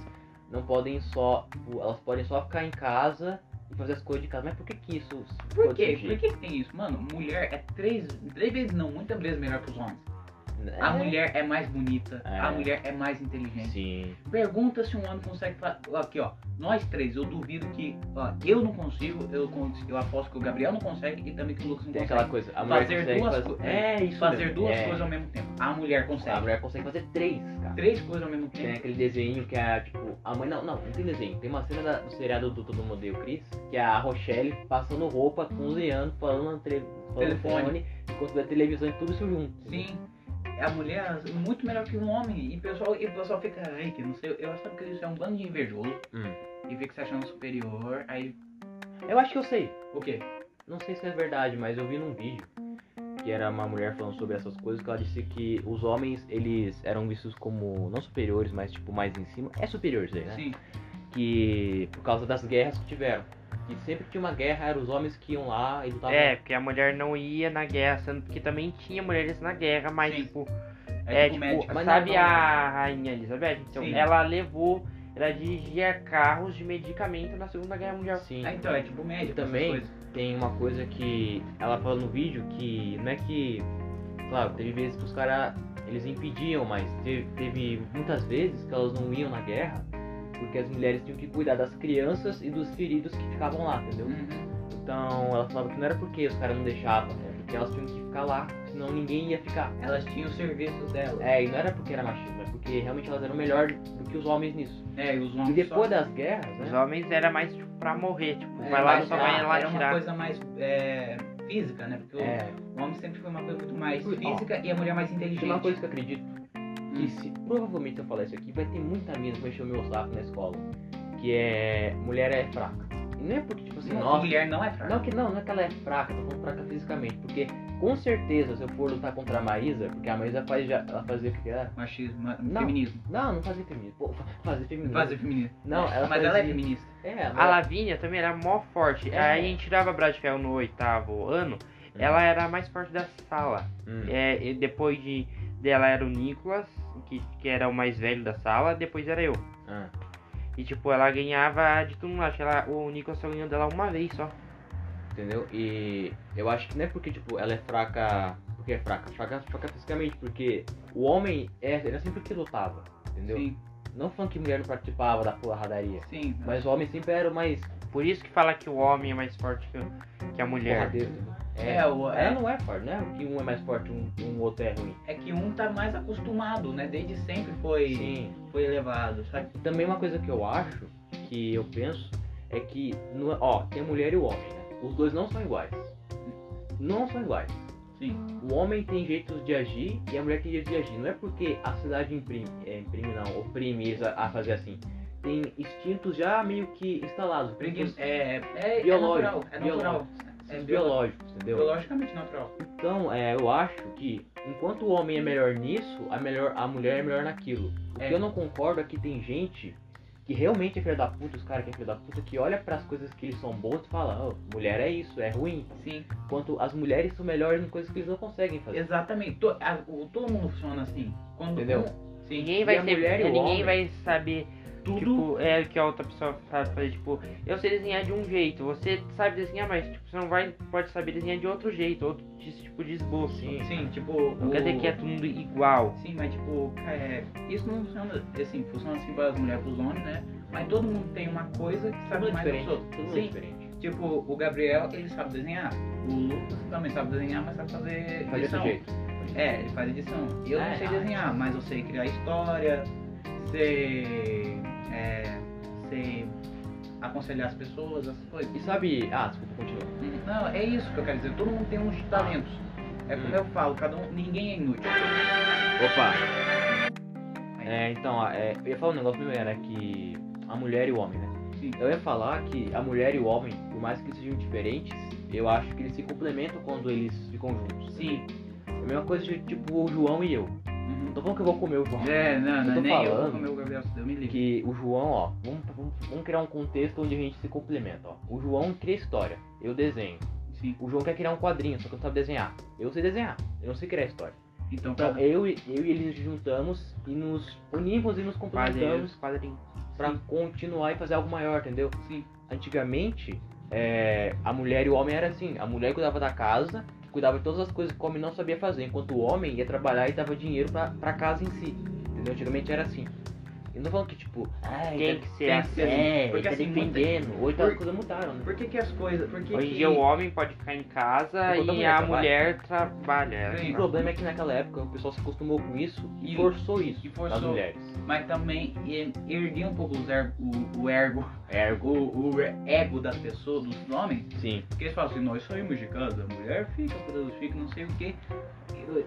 S1: não podem só. tipo, elas podem só ficar em casa e fazer as coisas de casa. Mas por que que isso
S3: Por
S1: pode
S3: quê? Por
S1: surgir?
S3: que, que tem isso? Mano, mulher é três, três vezes não, muitas vezes melhor que os homens.
S1: É,
S3: A mulher é mais bonita,
S1: É.
S3: a mulher é mais inteligente.
S1: Sim.
S3: Pergunta se um homem consegue falar. Aqui, ó. Nós três, eu duvido que. Ó, eu não consigo, eu, con- eu aposto que o Gabriel não consegue e também que o Lucas não
S1: Tem aquela
S3: consegue.
S1: coisa, a mulher
S3: Fazer
S1: consegue
S3: duas,
S1: fazer.
S3: co-
S1: É,
S3: é,
S1: isso
S3: fazer
S1: mesmo.
S3: duas
S1: É.
S3: coisas ao mesmo tempo. A mulher
S1: Tá, a
S3: consegue.
S1: mulher consegue fazer três, cara.
S3: Três coisas ao mesmo
S1: Tem
S3: tempo.
S1: aquele desenho que é tipo. A mãe não, não, não tem desenho. Tem uma cena da- do seriado do Todo Mundo Odeia o Chris, que é a Rochelle passando roupa, cozinhando, falando no tele- falando no
S3: Telefone.
S1: telefone, enquanto da televisão e tudo isso junto.
S3: Sim. A mulher é muito melhor que um homem. E o pessoal, e o pessoal fica, ai, que não sei. Eu acho que isso é um bando de invejoso.
S1: Hum.
S3: E fica se achando superior. Aí.
S1: Eu acho que eu sei.
S3: O quê?
S1: Não sei se é verdade, mas eu vi num vídeo que era uma mulher falando sobre essas coisas que ela disse que os homens, eles eram vistos como não superiores, mas tipo mais em cima. É superiores aí, né?
S3: Sim.
S1: Que por causa das guerras que tiveram. E sempre que tinha uma guerra, eram os homens que iam lá e lutavam.
S2: É, porque a mulher não ia na guerra, sendo que também tinha mulheres na guerra, mas
S3: Sim.
S2: tipo,
S3: É,
S2: é,
S3: tipo
S2: tipo,
S3: médico.
S1: mas
S2: sabe
S1: não, não.
S2: a rainha Elizabeth? Então,
S3: Sim.
S2: ela levou, ela dirigia carros de medicamento na Segunda Guerra Mundial.
S1: Sim.
S3: Ah, então, é tipo médico. essas
S1: também-
S3: coisas.
S1: Tem uma coisa que ela fala no vídeo que não é que. Claro, teve vezes que os caras. Eles impediam, mas teve, teve muitas vezes que elas não iam na guerra porque as mulheres tinham que cuidar das crianças e dos feridos que ficavam lá, entendeu?
S3: Uhum.
S1: Então ela falava que não era porque os caras não deixavam, é porque elas tinham que ficar lá, senão ninguém ia ficar.
S3: Elas tinham os serviços delas.
S1: É, e não era porque era machismo, é porque realmente elas eram melhor do que os homens nisso.
S3: É, e os
S1: E
S3: homens.
S1: depois
S3: só...
S1: das guerras,
S2: Os
S1: né?
S2: homens era mais tipo, pra morrer, tipo,
S3: É,
S2: vai lá,
S3: mas
S2: só
S1: tá,
S2: vai lá
S3: Era uma
S2: tirar.
S3: coisa mais é, física, né? Porque o-
S1: É,
S3: o homem sempre foi uma coisa muito mais
S1: Ó.
S3: física e a mulher mais inteligente.
S1: tem uma coisa que eu acredito,
S3: Hum.
S1: que se provavelmente eu falar isso aqui, vai ter muita mina que vai encher o meu saco na escola. Que é. Mulher é fraca. E não é porque, tipo assim,
S3: Não,
S1: nossa.
S3: mulher não é fraca.
S1: Não, que não, não é que ela é fraca, tô falando fraca fisicamente, porque com certeza se eu for lutar contra a Maísa, porque a Maísa faz já. Ela fazia o que que era?
S3: Machismo, ma-
S1: Não.
S3: feminismo.
S1: Não, não fazia feminismo. Pô, fazia feminismo.
S3: Fazer feminista.
S1: Não, ela
S3: Mas ela é
S1: fazia-
S3: feminista.
S1: É,
S2: A
S1: ela-
S2: Lavínia também era mó forte.
S1: É.
S2: Aí a gente tirava a Brad Fel no oitavo ano, ela era a mais forte da sala.
S1: Hum.
S2: É, e depois de dela era o Nicolas, que, que era o mais velho da sala, depois era eu.
S1: Ah,
S2: E tipo, ela ganhava de tudo lá. Acho que ela, o Nicolas só ganhou dela uma vez só.
S1: entendeu? E eu acho que não é porque, tipo, ela é fraca. Porque é fraca. Fraca, fraca fisicamente, porque o homem é, era sempre o que lutava, entendeu?
S3: Sim,
S1: Não falando que mulher não participava da porradaria.
S3: sim.
S1: Mas o homem sempre era o mais
S2: Por isso que fala que o homem é mais forte que, o- que a mulher.
S1: porradeiro. entendeu?
S3: É,
S1: É,
S3: o-
S1: ela
S3: é,
S1: não é forte, né? Que um é mais forte, um, um outro é ruim.
S3: é que um tá mais acostumado, né? Desde sempre foi,
S1: Sim.
S3: foi elevado, sabe?
S1: E também uma coisa que eu acho, que eu penso, é que. não é- ó, tem a mulher e o homem, né? Os dois não são iguais. Não são iguais.
S3: Sim.
S1: O homem tem jeitos de agir e a mulher tem jeitos de agir. Não é porque a sociedade imprime, é, imprime não, oprime eles a, a fazer assim. Tem instintos já meio que instalados,
S3: Pregui-
S1: instintos
S3: É, é, é
S1: Biológico,
S3: natural. É natural. É biológico.
S1: biológicos, entendeu?
S3: Biologicamente natural.
S1: Então, é, eu acho que enquanto o homem é melhor nisso, a, melhor, a mulher é melhor naquilo. O
S3: É.
S1: que eu não concordo é que tem gente que realmente é filha da puta, os caras que é filha da puta, que olha pras coisas que eles são bons e fala, "Ô, mulher é isso, é ruim.
S3: Sim.
S1: Enquanto as mulheres são melhores em coisas que eles não conseguem fazer.
S3: Exatamente. To- a- o- todo mundo funciona assim. Quando
S1: Entendeu?
S3: um- sim.
S2: Ninguém
S1: E
S2: vai
S1: a
S2: ser,
S1: mulher e o
S2: ninguém
S1: homem?
S2: vai saber
S3: Tudo.
S2: tipo, é o que a outra pessoa sabe fazer, tipo, eu sei desenhar de um jeito, você sabe desenhar, mas tipo, você não vai pode saber desenhar de outro jeito, outro dis- tipo de esboço.
S1: Sim.
S3: Sim, tipo.
S2: Não quer
S3: o-
S2: dizer que é tudo igual.
S3: Sim, mas tipo, é, isso não funciona assim, funciona assim para as mulheres e para os homens, né? Mas todo mundo tem uma coisa que
S1: Todo mundo
S3: sabe
S1: é
S3: mais
S1: diferente,
S3: dos
S1: todo
S3: outros.
S1: mundo é
S3: Sim,
S1: diferente.
S3: tipo, o Gabriel, ele sabe desenhar. O Lucas também sabe desenhar, mas sabe fazer
S1: Fazer desse
S3: edição.
S1: jeito.
S3: É, ele faz edição. Eu
S1: É,
S3: não sei
S1: ah,
S3: desenhar, mas eu sei criar história, sei. É, sei aconselhar as pessoas, essas coisas.
S1: E sabe. Ah, desculpa, continua.
S3: Não, é isso que eu quero dizer. Todo mundo tem uns talentos. É como
S1: Hum.
S3: eu falo, cada um, ninguém é inútil.
S1: Opa! É, então, ah, é, eu ia falar um negócio meu, era que a mulher e o homem, né?
S3: Sim.
S1: Eu ia falar que a mulher e o homem, por mais que sejam diferentes, eu acho que eles se complementam quando eles ficam juntos.
S3: Sim.
S1: É a mesma coisa de tipo o João e eu. Não tô falando que eu vou comer o João.
S3: É, não,
S1: Uhum. Eu
S3: não,
S1: tô
S3: nem eu
S1: falando
S3: vou comer o Gabriel, se Deus me livre.
S1: Que o João, ó, vamos, vamos- vamos criar um contexto onde a gente se complementa, ó. O João cria história, eu desenho.
S3: Sim.
S1: O João quer criar um quadrinho, só que eu não sabe desenhar. Eu sei desenhar, eu não sei criar história.
S3: Então,
S1: Então
S3: cada-
S1: eu, e- eu e ele nos juntamos e nos unimos e nos complementamos
S2: Quadrinhos, quadrinhos.
S1: pra continuar e fazer algo maior, entendeu?
S3: sim.
S1: Antigamente, é, a mulher e o homem era assim. A mulher cuidava da casa, cuidava de todas as coisas que o homem não sabia fazer, enquanto o homem ia trabalhar e dava dinheiro pra, pra casa em si. Entendeu? Antigamente era assim. Eu não tô falando que tipo,
S3: Ah,
S1: ai,
S2: Tem
S1: tá-
S2: que ser
S1: tem que
S2: assim.
S1: ser é,
S3: Porque
S1: tá
S3: assim, muita-
S1: dependendo. Hoje tá- as
S3: Por-
S1: coisas mudaram, né?
S3: Por que que as coisas... Por que
S2: Hoje em
S3: que-
S2: dia o homem pode ficar em casa
S1: Enquanto a
S2: e
S1: mulher
S2: a
S1: trabalha.
S2: mulher trabalha.
S3: Sim.
S1: O problema é que naquela época o pessoal se acostumou com isso e
S3: E-
S1: forçou isso
S3: e
S1: nas
S3: forçou.
S1: mulheres.
S3: Mas também eh, erguer um pouco os er- o, o ergo,
S1: Ergo.
S3: o, o ego das pessoas, dos homens,
S1: Sim.
S3: Porque eles falam assim, nós saímos de casa, a mulher fica, a criança fica, não sei o que.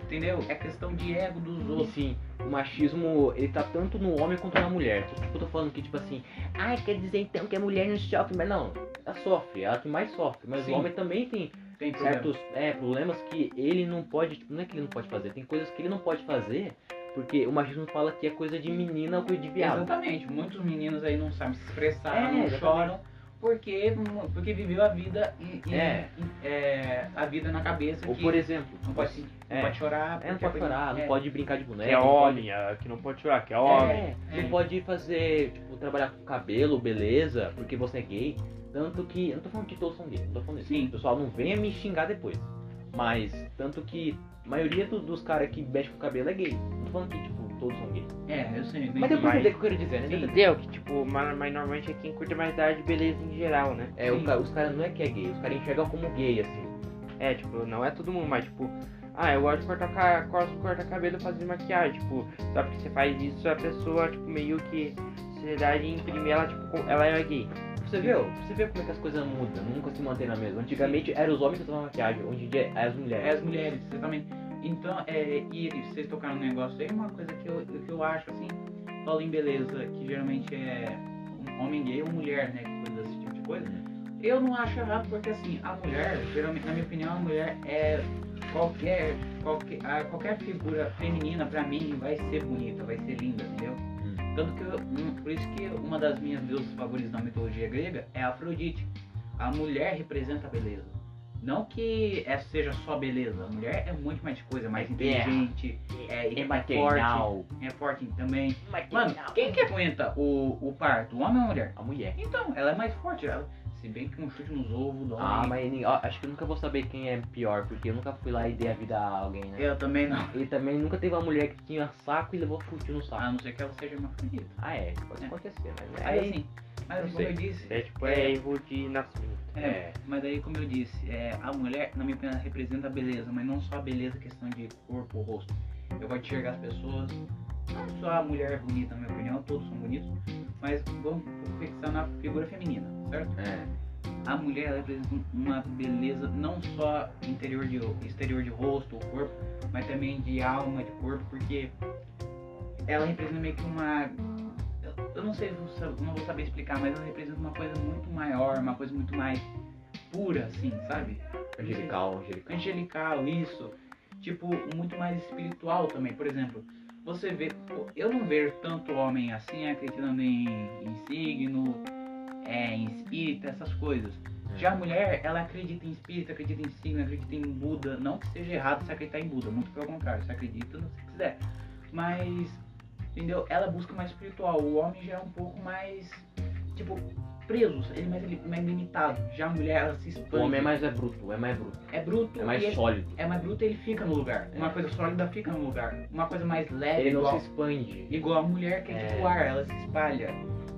S3: Entendeu? É questão de ego dos
S1: E
S3: outros.
S1: sim, assim, o machismo, ele tá tanto no homem quanto na mulher. Tipo, eu tô falando que, tipo assim, ai, quer dizer então que a mulher não sofre, mas não, ela sofre, ela que mais sofre. Mas
S3: Sim.
S1: o homem também tem
S3: Tem problema.
S1: certos é, problemas que ele não pode, tipo, não é que ele não pode fazer, tem coisas que ele não pode fazer, porque o machismo fala que é coisa de menina ou coisa de viado.
S3: Exatamente. Muitos meninos aí não sabem se expressar,
S1: É,
S3: não
S1: exatamente.
S3: choram. Porque, porque viveu a vida e, e-
S1: É.
S3: e- é, a vida na cabeça
S1: Ou
S3: que
S1: por exemplo,
S3: não pode, se- não
S1: é.
S3: pode chorar.
S1: é, não
S3: porque a
S1: pode
S3: coisa-
S1: chorar, não
S3: é.
S1: pode brincar de boneca,
S2: Que é
S1: não pode-
S2: homem, ah, que não pode chorar, que é homem.
S1: É, não pode fazer, tipo, trabalhar com cabelo, beleza, porque você é gay. Tanto que. Eu não tô falando que todos são gays, não tô falando isso.
S3: Sim.
S1: O pessoal não venha me xingar depois. Mas, tanto que a maioria do- dos caras que mexe com cabelo é gay. Não tô falando que, tipo, todos são gays.
S3: É, eu sei. eu
S1: Mas deu
S3: entendi.
S1: pra
S2: mas-
S1: entender o que eu quero dizer, né?
S3: Sim.
S2: Entendeu? Que tipo, mas, mas normalmente é quem curte mais da arte beleza em geral, né?
S1: É, o
S3: Sim.
S1: ca- os caras não é que é gay, os caras enxergam como gay, assim.
S2: É, tipo, não é todo mundo, mas tipo, ah, eu gosto de cortar, ca- gosto de cortar cabelo e fazer maquiagem, tipo, só porque você faz isso, a pessoa, tipo, meio que a sociedade imprimir ela, tipo, com- ela é gay.
S1: Você viu? Você vê como é que as coisas mudam, nunca se mantém na mesma. Antigamente eram os homens que usavam maquiagem, hoje em dia é as
S3: É
S1: mulheres.
S3: as mulheres, exatamente. Então, é, e vocês tocaram no negócio aí, uma coisa que eu, que eu acho, assim, falando em beleza, que geralmente é um homem gay ou mulher, né, que coisa desse tipo de coisa.
S1: Uhum.
S3: Eu não acho errado porque, assim, a mulher, geralmente, na minha opinião, a mulher é qualquer, qualquer, a- qualquer figura feminina, pra mim, vai ser bonita, vai ser linda, entendeu?
S1: Hum.
S3: Tanto que, eu- um- por isso que uma das minhas deusas favoritas na mitologia grega é a Afrodite. A mulher representa a beleza. Não que essa seja só beleza. A mulher é muito mais coisa, mais
S1: É terra.
S3: inteligente, é, e
S1: É
S3: forte,
S1: maternal.
S3: é forte também. Mano,
S1: Maternal.
S3: quem que aguenta o, o parto? O homem ou a mulher?
S1: A mulher.
S3: Então, ela é mais forte. Ela, se bem que um chute nos ovos do homem.
S1: Ah, mas ni- ó, acho que eu nunca vou saber quem é pior, porque eu nunca fui lá e dei a vida a alguém, né?
S3: Eu também não.
S1: Ele também nunca teve uma mulher que tinha saco e levou chute no
S3: A
S1: saco.
S3: não ser que ela seja uma fodida.
S1: Ah, é, pode
S3: É.
S1: acontecer, mas
S3: Aí
S1: aí.
S3: assim, mas
S1: não
S3: como
S1: sei.
S3: eu disse.
S2: É tipo, é erro de nascimento.
S3: é,
S1: É.
S3: Mas daí, como eu disse, é, a mulher, na minha opinião, ela representa a beleza, mas não só a beleza questão de corpo, rosto. Eu vou enxergar as pessoas, não só a mulher é bonita, na minha opinião, todos são bonitos, mas vamos fixar na figura feminina, certo?
S1: É.
S3: A mulher ela representa uma beleza não só interior de, exterior de rosto, corpo, mas também de alma, de corpo, porque ela representa meio que uma. eu- Eu não sei, eu não sab- não vou saber explicar, mas ela representa uma coisa muito maior, uma coisa muito mais pura, assim, sabe?
S1: Angelical, angelical.
S3: angelical, isso. Tipo, muito mais espiritual também. Por exemplo, você vê. pô, Eu não vejo tanto homem assim acreditando em, em signo, é, em espírito, essas coisas.
S1: É.
S3: Já a mulher, ela acredita em espírito, acredita em signo, acredita em Buda. Não que seja errado se acreditar em Buda, muito pelo contrário, se acredita no que quiser. Mas, entendeu? Ela busca mais espiritual. O homem já é um pouco mais, tipo, preso, ele é mais, li- mais limitado. Já a mulher, ela se
S1: O
S3: expande.
S1: homem é mais é bruto, é mais bruto,
S3: É bruto
S1: é mais
S3: e ele-
S1: sólido.
S3: é mais bruto ele fica no lugar.
S1: É.
S3: Uma coisa sólida fica no lugar. Uma coisa mais leve,
S1: Ele não
S3: igual,
S1: se expande.
S3: igual a mulher que é, tipo
S1: É.
S3: ar, ela se espalha.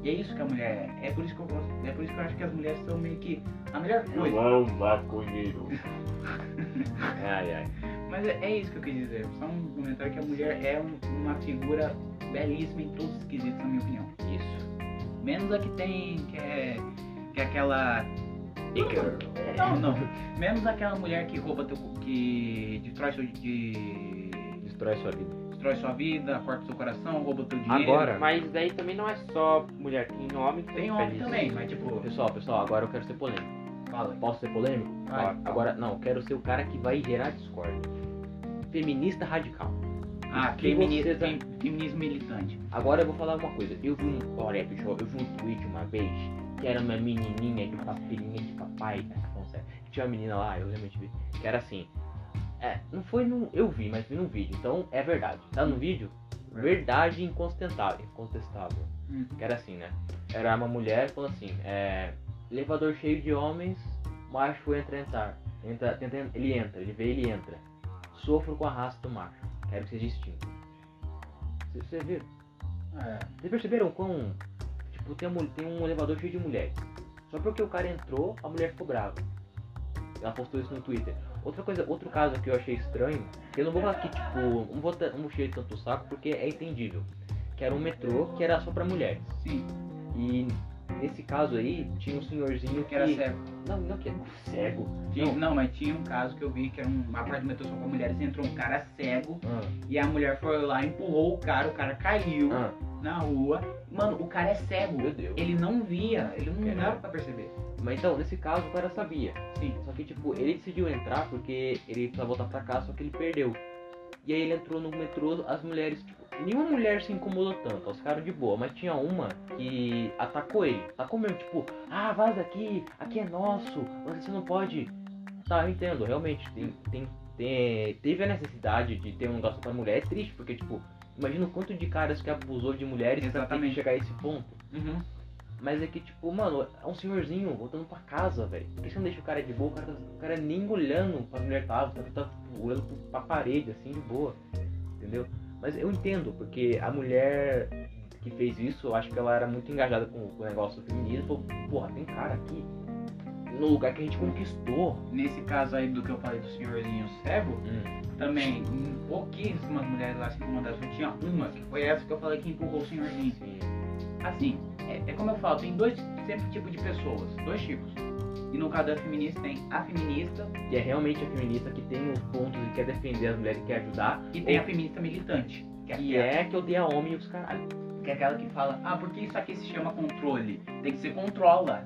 S3: E é isso que a mulher é. É por isso que eu gosto. É por isso que eu acho que as mulheres são meio que. A melhor coisa.
S1: amo maconheiro. ai, ai.
S3: Mas é, é isso que eu quis dizer. Só um comentário que a mulher é um- uma figura belíssima em todos os quesitos, na minha opinião.
S1: Isso.
S3: Menos a que tem. que é. que é aquela.
S1: Iker. É.
S3: Não, não. Menos aquela mulher que rouba teu. que destrói seu. de.
S1: Destrói sua vida.
S3: destrói sua vida, corta seu coração, rouba teu dinheiro.
S1: Agora,
S2: Mas daí também não é só mulher, tem homem que
S3: Tem
S2: faz
S3: homem
S2: isso.
S3: também, mas tipo.
S1: pessoal, pessoal, agora eu quero ser polêmico.
S3: Fala.
S1: Posso ser polêmico?
S3: Vai.
S1: Agora, não, eu quero ser o cara que vai gerar discórdia. Feminista radical.
S3: Ah,
S1: Que
S3: feminista,
S1: você tá-
S3: fem- feminismo militante.
S1: Agora eu vou falar uma coisa. Eu vi um. Olha, bicho, eu vi um tweet uma vez que era uma menininha de uma filhinha de papai. Ah, não, sério. Tinha uma menina lá, eu lembro de ver, que era assim. É, não foi num. Eu vi, mas vi num vídeo. Então é verdade. Tá no vídeo? Verdade incontestável. incontestável.
S3: Hum.
S1: Que era assim, né? Era uma mulher falando assim: é, elevador cheio de homens, macho entra entrar. Entra, tenta, ele entra, ele vê, ele entra. Sofro com a raça do macho. Quero que seja extinto. Vocês vocês viram?
S3: É.
S1: Vocês perceberam quão. Tipo, tem, um- tem um elevador cheio de mulheres. Só porque o cara entrou, a mulher ficou brava. Ela postou isso no Twitter. Outra coisa, outro caso que eu achei estranho, que eu não vou falar aqui, tipo, não vou, ta- não vou cheio tanto o saco, porque é entendível. Que era um metrô que era só pra mulheres.
S3: Sim,
S1: E nesse caso aí, tinha um senhorzinho
S3: que era cego.
S1: Não, não que era cego.
S3: Tinha- não. mas tinha um caso que eu vi que era um apartamento só pra mulheres. Entrou um cara cego
S1: Ah,
S3: e a mulher foi lá, empurrou o cara, o cara caiu
S1: ah,
S3: na rua. Mano, o cara é
S1: meu
S3: cego.
S1: Deus.
S3: Ele não via, ele não
S1: Caralho.
S3: dava pra perceber.
S1: Mas então, nesse caso, o cara sabia.
S3: Sim.
S1: Só que, tipo, ele decidiu entrar porque ele precisava voltar pra casa, só que ele perdeu. E aí ele entrou no metrô, as mulheres, tipo, nenhuma mulher se incomodou tanto, elas ficaram de boa, mas tinha uma que atacou ele, atacou mesmo, tipo, ah, vaza daqui, aqui é nosso, você não pode. Tá, eu entendo, realmente, tem, tem, tem- teve a necessidade de ter um negócio pra mulher, é triste, porque, tipo, imagina o quanto de caras que abusou de mulheres pra ter que
S3: Exatamente.
S1: chegar a esse ponto.
S3: Uhum.
S1: Mas é que, tipo, mano, é um senhorzinho voltando pra casa, velho. Por que você não deixa o cara de boa? O cara, tá- o cara nem olhando pra mulher tava, tá, tá olhando pro- pra parede, assim, de boa. Entendeu? Mas eu entendo, porque a mulher que fez isso, eu acho que ela era muito engajada com, com o negócio do feminismo. Falou, porra, tem cara aqui no lugar que a gente conquistou.
S3: Nesse caso aí do que eu falei do senhorzinho cego, também hum, pouquíssimas mulheres lá se incomodaram. Só tinha uma, que foi essa que eu falei que empurrou o senhorzinho.
S1: Sim.
S3: Assim, é, é como eu falo, tem dois sempre tipos de pessoas, dois tipos. E no caso da feminista tem a feminista
S1: E é realmente a feminista que tem os pontos e quer defender as mulheres, quer ajudar.
S3: e tem a
S1: Ou-
S3: feminista militante. Que é,
S1: Que
S3: aquela,
S1: é que odeia homem e os caralho.
S3: que é aquela que fala, ah, porque isso aqui se chama controle? Tem que ser controla.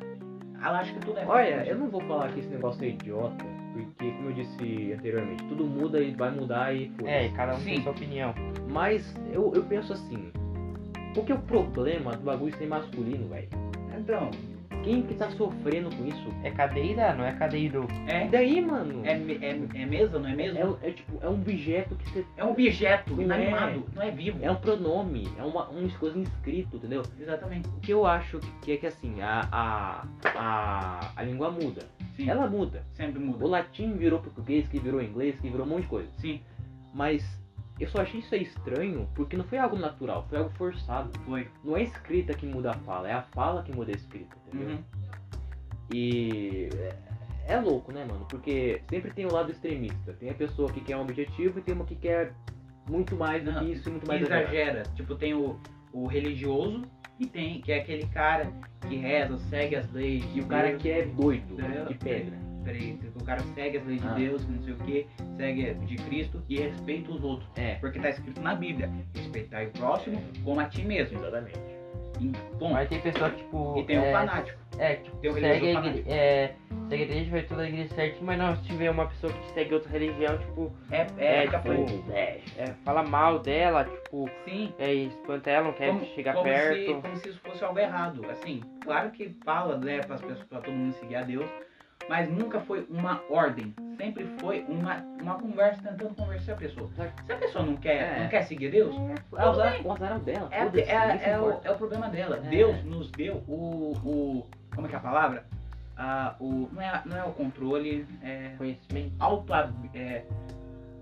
S3: Ela acha que tudo é
S1: Olha,
S3: feminista.
S1: eu não vou falar que esse negócio é idiota, porque como eu disse anteriormente, tudo muda e vai mudar e foda
S2: É, e cada um tem
S3: Sim.
S2: sua opinião.
S3: É.
S1: Mas eu, eu penso assim, qual que é o problema do bagulho ser masculino, velho?
S3: Então,
S1: Quem que tá sofrendo com isso?
S2: É cadeira, não é cadeiro.
S1: E
S3: é,
S1: daí, mano?
S3: é, me- é, é mesa, não é
S1: é,
S3: mesmo?
S1: um- é tipo, é um objeto que você.
S3: É um objeto
S1: Não
S3: inanimado, não é vivo.
S1: É um pronome, é uma, uma coisa inscrito, entendeu?
S3: Exatamente.
S1: O que eu acho que, que é que assim, a, a, a, a língua muda.
S3: Sim.
S1: Ela muda.
S3: sempre
S1: O
S3: muda.
S1: latim virou português, que virou inglês, que virou um monte de coisa.
S3: Sim,
S1: Mas eu só achei isso aí estranho porque não foi algo natural, foi algo forçado.
S3: foi.
S1: Não é a escrita que muda a fala, é a fala que muda a escrita, entendeu?
S3: Uhum.
S1: E é, é louco, né, mano? Porque sempre tem o lado extremista. Tem a pessoa que quer um objetivo e tem uma que quer muito mais do
S3: Não,
S1: que isso e muito
S3: que
S1: mais daquilo.
S3: exagera. Tipo, tem o, o religioso e tem, que é aquele cara que reza, segue as leis.
S1: E o cara que é doido,
S3: Entendeu?
S1: de pedra.
S3: Peraí, o cara segue as leis
S1: Ah.
S3: de Deus, que não sei o que, segue de Cristo e respeita os outros.
S1: É,
S3: Porque tá escrito na Bíblia, respeitar o próximo como a ti mesmo.
S1: exatamente.
S3: E, bom,
S2: Mas tem pessoa que, tipo.
S3: e tem
S2: é,
S3: o fanático.
S2: É, que, tipo,
S3: Tem um
S2: segue,
S3: religioso
S2: a igre- é, segue a igreja, vai toda a igreja certinho, mas não, se tiver uma pessoa que segue outra religião, tipo,
S3: É,
S2: é,
S3: é, já foi.
S2: tipo, é, fala mal dela, tipo,
S3: Sim.
S2: é, espanta ela, não quer
S3: Como,
S2: chegar
S3: como Se,
S2: perto.
S3: como se isso fosse algo errado. Assim, claro que fala, né, para pessoas, pra todo mundo seguir a Deus, mas nunca foi uma ordem. Sempre foi uma, uma conversa tentando convencer a pessoa. Se a pessoa não quer,
S1: É.
S3: não quer seguir Deus,
S1: É, o azar, o azar é o dela.
S3: É,
S1: foda-se, ninguém se
S3: é, é, o,
S1: importa.
S3: é o problema dela.
S1: É.
S3: Deus nos deu o, o. Como é que é a palavra? Ah, o, não, é, não é o controle, é
S2: Conhecimento,
S3: auto, é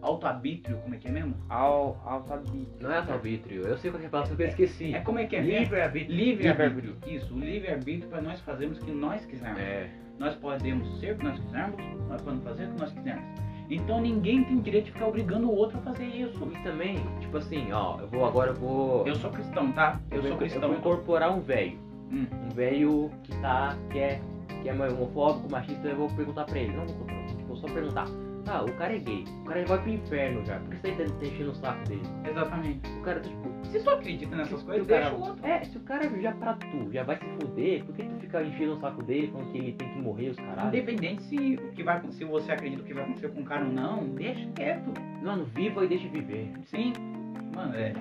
S3: autoarbítrio, como é que é mesmo?
S2: ao, alta vida.
S1: Não é auto-arbítrio, eu sei qual que é a palavra, só que eu esqueci.
S3: É como é que é mesmo?
S1: Livre-arbítrio.
S2: é,
S3: Livre-arbítrio. Isso, o livre-arbítrio para nós fazermos o que nós quisermos.
S1: É,
S3: Nós podemos ser o que nós quisermos, nós podemos fazer o que nós quisermos. Então ninguém tem o direito de ficar obrigando o outro a fazer isso.
S1: e também, tipo assim, ó, eu vou agora, eu vou...
S3: Eu sou cristão, tá? Eu
S1: vou-
S3: sou cristão.
S1: Eu vou incorporar um velho.
S3: Hum.
S1: Um velho que tá, que é, que é homofóbico, machista, eu vou perguntar pra ele. Não vou comprar, vou só perguntar. Ah, o cara é gay. O cara vai pro inferno já. Por que você tá enchendo o saco dele?
S3: Exatamente.
S1: O cara tá tipo,
S3: Você só acredita nessas
S1: Tu
S3: coisas,
S1: deixa
S3: cara?
S1: o outro- É, se o cara já pra tu, já vai se fuder, por que tu fica enchendo o saco dele falando que ele tem que morrer os caralho?
S3: Independente se, o que vai, acon- se você acredita o que vai acontecer com o cara ou não, deixa quieto.
S1: Mano, viva e deixa viver.
S3: Sim. Mano, é.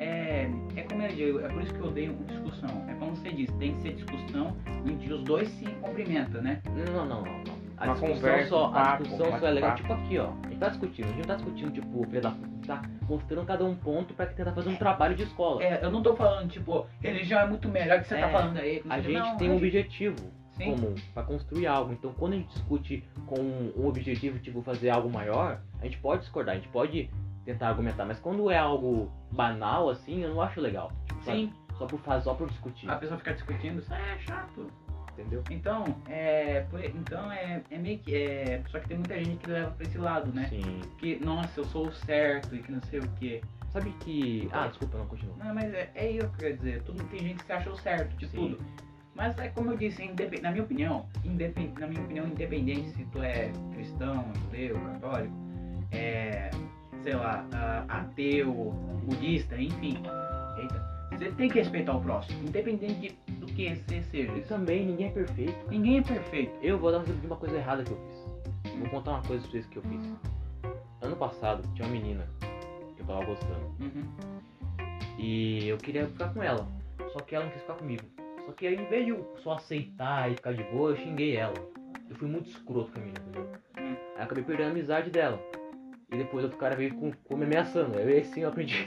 S3: É, é como eu digo, é por isso que eu odeio discussão. É como você disse, tem que ser discussão em que os dois se cumprimentam, né?
S1: Não, não, não, não. não. A
S2: Uma
S1: discussão
S2: conversa,
S1: só,
S2: um
S1: a
S2: papo,
S1: discussão
S2: um
S1: só é legal,
S2: bate-papo.
S1: tipo aqui, ó. A gente tá discutindo, a gente não tá discutindo, tipo, filha da puta, tá mostrando cada um ponto pra tentar fazer um trabalho de escola.
S3: É, eu não tô falando, tipo, religião é muito melhor que você tá
S1: É,
S3: falando aí. que não
S1: A
S3: sei o
S1: gente
S3: quê. Não,
S1: tem
S3: a
S1: um
S3: gente-
S1: objetivo
S3: Sim.
S1: comum pra construir algo. Então, quando a gente discute com um objetivo, tipo, fazer algo maior, a gente pode discordar, a gente pode tentar argumentar, mas quando é algo banal, assim, eu não acho legal. Tipo, sabe?
S3: Sim, Ah,
S1: Só por fazer, só por discutir.
S3: a pessoa ficar discutindo, isso é chato.
S1: Entendeu?
S3: Então, é, por- então é, é meio que. É, só que tem muita gente que leva pra esse lado, né?
S1: Sim.
S3: Que, nossa, eu sou o certo e que não sei o quê.
S1: Sabe que. Ah, desculpa, não continua.
S3: Não, mas é, é isso que eu quero dizer. Tudo, tem gente que se achou certo de
S1: Sim.
S3: tudo. Mas é como eu disse, indepen- na minha opinião, indepen- na minha opinião, independente se tu é cristão, judeu, católico, é, sei lá, ah, ateu, budista, enfim. Eita, você tem que respeitar o próximo, independente de- do que você seja.
S1: E também ninguém é perfeito.
S3: Ninguém é perfeito.
S1: Eu vou dar um exemplo de uma coisa errada que eu fiz. Vou contar uma coisa pra vocês que eu fiz. Ano passado tinha uma menina que eu tava gostando.
S3: Uhum.
S1: E eu queria ficar com ela. Só que ela não quis ficar comigo. Só que aí em vez de eu só aceitar e ficar de boa, eu xinguei ela. Eu fui muito escroto com a menina, entendeu?
S3: Hum.
S1: Aí eu acabei perdendo a amizade dela. E depois outro cara veio com, com me ameaçando. Eu assim eu aprendi.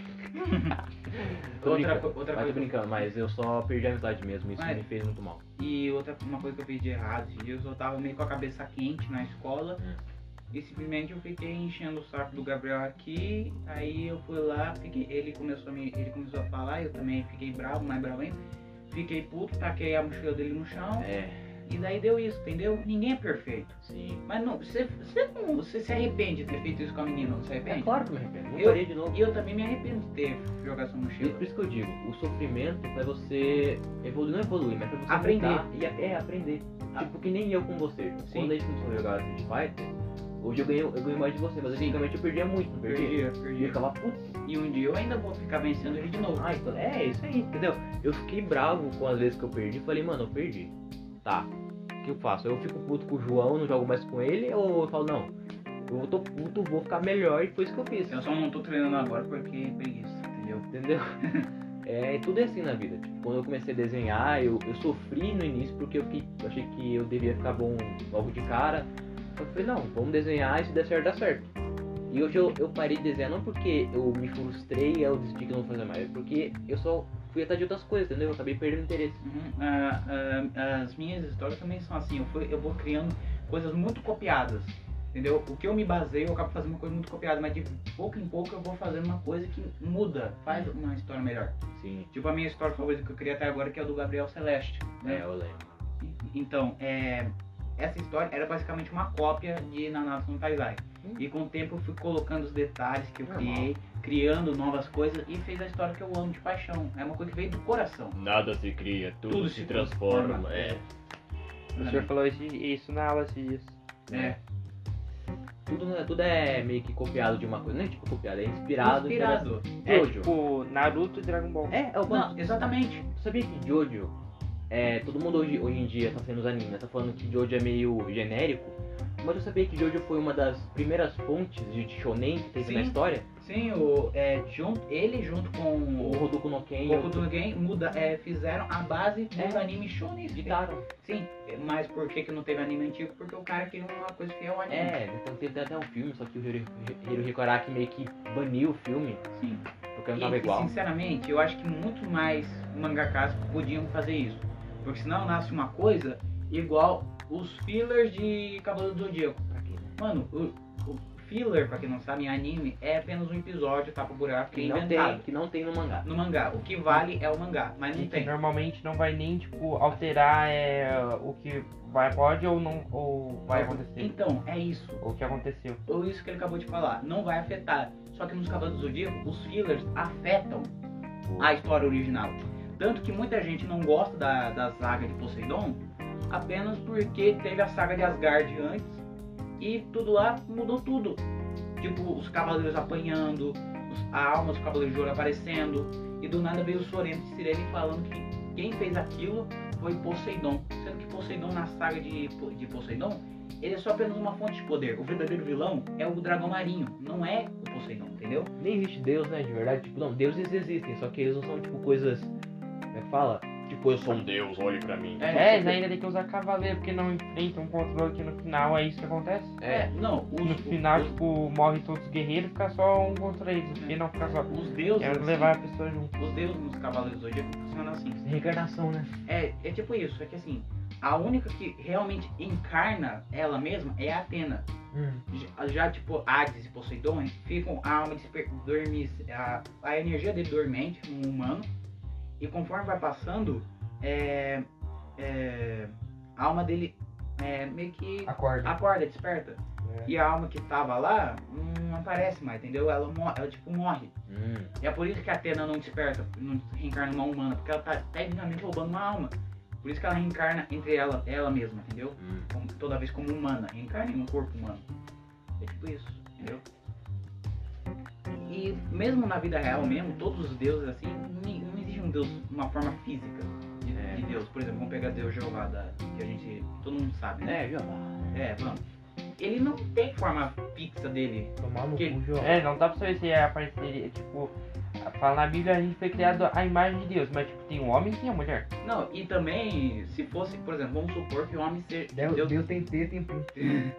S1: Tô
S3: Outra,
S1: brincando.
S3: co- outra
S1: Mas
S3: coisa.
S1: tô brincando, mas eu só perdi a amizade mesmo, isso
S3: Mas-
S1: me fez muito mal.
S3: E outra uma coisa que eu fiz de errado esses dias, eu tava meio com a cabeça quente na escola
S1: Hum.
S3: e simplesmente eu fiquei enchendo o saco do Gabriel aqui, aí eu fui lá, fiquei, ele começou a me, ele começou a falar, eu também fiquei bravo, mais bravo ainda, fiquei puto, taquei a mochila dele no chão
S1: É,
S3: e daí deu isso, entendeu? Ninguém é perfeito.
S1: sim.
S3: Mas não, você, você não, você se arrepende de ter feito isso com a menina, não se
S1: É
S3: arrepende?
S1: claro que eu me arrependo, não
S3: Eu-
S1: faria de novo.
S3: E eu também me arrependo de ter jogado essa
S1: E
S3: mochila.
S1: por isso que eu digo, o sofrimento é você evoluir, não é evoluir, mas pra você
S3: Aprender.
S1: mudar E a- é, aprender. Tipo que nem eu com você.
S3: Sim.
S1: Quando a gente começou a jogar Street Fighter, hoje eu ganhei, eu ganhei mais de você, mas
S3: Sim.
S1: antigamente eu perdia muito, não perdia.
S3: Perdi,
S1: E eu
S3: perdi.
S1: ficava puto.
S3: E um dia eu ainda vou ficar vencendo ele de novo.
S1: Ah, então, é isso aí, entendeu? Eu fiquei bravo com as vezes que eu perdi. Falei, mano, eu perdi. Tá. O que eu faço? Eu fico puto com o João, não jogo mais com ele? Ou eu falo, não, eu tô puto, vou ficar melhor e foi isso que eu fiz.
S3: Eu só não tô treinando agora porque é preguiça, entendeu?
S1: entendeu? É, tudo é assim na vida. Tipo, quando eu comecei a desenhar, eu, eu sofri no início porque eu, fiquei- eu achei que eu devia ficar bom logo de cara. Eu falei, não, vamos desenhar e se der certo, dá certo. E hoje eu, eu parei de desenhar não porque eu me frustrei e eu decidi que eu não vou fazer mais, é porque eu só fui atrás de outras coisas, entendeu? Eu acabei perdendo interesse.
S3: Uhum. Ah, ah, as minhas histórias também são assim, eu, fui- eu vou criando coisas muito copiadas, entendeu? O que eu me baseio, eu acabo fazendo uma coisa muito copiada, mas de pouco em pouco eu vou fazendo uma coisa que muda, faz uma história melhor.
S1: Sim,
S3: Tipo a minha história favorita que eu criei até agora, que é a do Gabriel Celeste.
S1: é,
S3: Né?
S1: eu lembro.
S3: Então, é, essa história era basicamente uma cópia de Nanatsu no Taizai.
S1: Hum.
S3: E com o tempo eu fui colocando os detalhes que eu
S1: Normal.
S3: criei, criando novas coisas e fez a história que eu amo de paixão. É uma coisa que veio do coração.
S1: Nada se cria,
S3: Tudo se se transforma, transforma. é.
S2: O senhor
S3: Uhum.
S2: falou esse- isso na aula esses dias.
S3: É,
S1: Tudo, tudo é meio que copiado de uma coisa, não é tipo copiado, é inspirado.
S3: inspirado.
S2: É
S1: Jojo.
S2: tipo Naruto e Dragon Ball.
S1: É, é o bando
S3: Não, exatamente.
S1: Tu sabia que Jojo, é, todo mundo hoje, hoje em dia tá sendo os animes, né? tá falando que Jojo é meio genérico, mas eu sabia que Jojo foi uma das primeiras fontes de shonen que teve
S3: Sim.
S1: na história.
S3: Sim, o, é, junto, ele junto com
S1: O
S3: o
S1: Hodoku no Ken
S3: Goku do Game muda, é, fizeram a base dos
S1: É.
S3: animes shonen.
S1: editaram.
S3: Sim, mas É por que, que não teve anime antigo? Porque o cara queria uma coisa fiel ao anime.
S1: É, então teve até um filme, só que o Hiro Hiro Hikoraki meio que baniu o filme,
S3: Sim.
S1: porque não
S3: E,
S1: tava
S3: e,
S1: igual.
S3: sinceramente, eu acho que muito mais mangakas podiam fazer isso. Porque senão nasce uma coisa igual os fillers de Cavaleiro do Zodíaco.
S1: Pra quê, né?
S3: Mano, o, o filler, pra quem não sabe, em anime, é apenas um episódio, tá pro buraco, que é
S1: Que não,
S3: inventado.
S1: tem, que não tem no mangá.
S3: No mangá. O que vale é o mangá, mas
S2: E
S3: não
S2: que
S3: tem.
S2: normalmente não vai nem, tipo, alterar é, o que vai, pode ou não ou vai acontecer.
S3: Então, é isso.
S2: O que aconteceu.
S3: Ou isso que ele acabou de falar. Não vai afetar. Só que nos Cavaleiros do Zodíaco, os fillers afetam a história original. Tanto que muita gente não gosta da, da saga de Poseidon apenas porque teve a saga de Asgard antes e tudo lá mudou tudo. Tipo, os cavaleiros apanhando, os, a alma dos cavaleiros de ouro aparecendo, e do nada veio o Sorento de Sirene falando que quem fez aquilo foi Poseidon. Sendo que Poseidon na saga de, Po- de Poseidon, ele é só apenas uma fonte de poder. O verdadeiro vilão é o dragão marinho, não é o Poseidon, entendeu?
S1: Nem existe Deus, né? De verdade. Tipo, não, deuses existem, só que eles não são, tipo, coisas. Como é que fala? Tipo, eu sou um deus, olhe pra mim.
S2: É, eles ainda tem que usar cavaleiro, porque não enfrentam o controle que no final é isso que acontece.
S1: É.
S3: não, os,
S2: No final,
S3: os,
S2: tipo, morre todos os guerreiros, fica só um contra eles, porque não fica só.
S3: os deuses.
S2: Quero
S3: assim,
S2: levar a pessoa junto.
S3: Os deuses nos Cavaleiros do Zodíaco funcionam assim.
S1: Reencarnação, né?
S3: É, é tipo isso, é que assim, a única que realmente encarna ela mesma é a Atena.
S4: Hum,
S3: Já, já, tipo, Hades e Poseidon ficam a alma desper- dormir, a, a energia dele dormente no humano, e conforme vai passando, é, é, a alma dele é, meio que
S2: Acorda.
S3: acorda, desperta. E a alma que tava lá não aparece mais, entendeu? Ela, mo- ela tipo, morre.
S1: Hum.
S3: E é por isso que a Atena não desperta, não reencarna uma humana, porque ela tá tecnicamente roubando uma alma. Por isso que ela reencarna entre ela, ela mesma, entendeu?
S1: Hum.
S3: Como- toda vez como humana, reencarna em um corpo humano. É tipo isso, entendeu? E mesmo na vida real mesmo, todos os deuses assim, ni- não existe um deus, uma forma física de,
S1: É.
S3: de Deus. Por exemplo, vamos pegar Deus Jeová, da, que a gente, todo mundo sabe, né?
S1: É, Jeová.
S3: É, vamos. Ele não tem forma fixa dele.
S1: Tomar no
S3: Que-
S1: cu, Jeová.
S2: É, não dá pra saber se apareceria, tipo, fala na Bíblia a gente foi criado à imagem de Deus, mas tipo, tem um homem e tem a mulher.
S3: Não, e também, se fosse, por exemplo, vamos supor que o homem seja. Deus-
S1: tem T, tem P.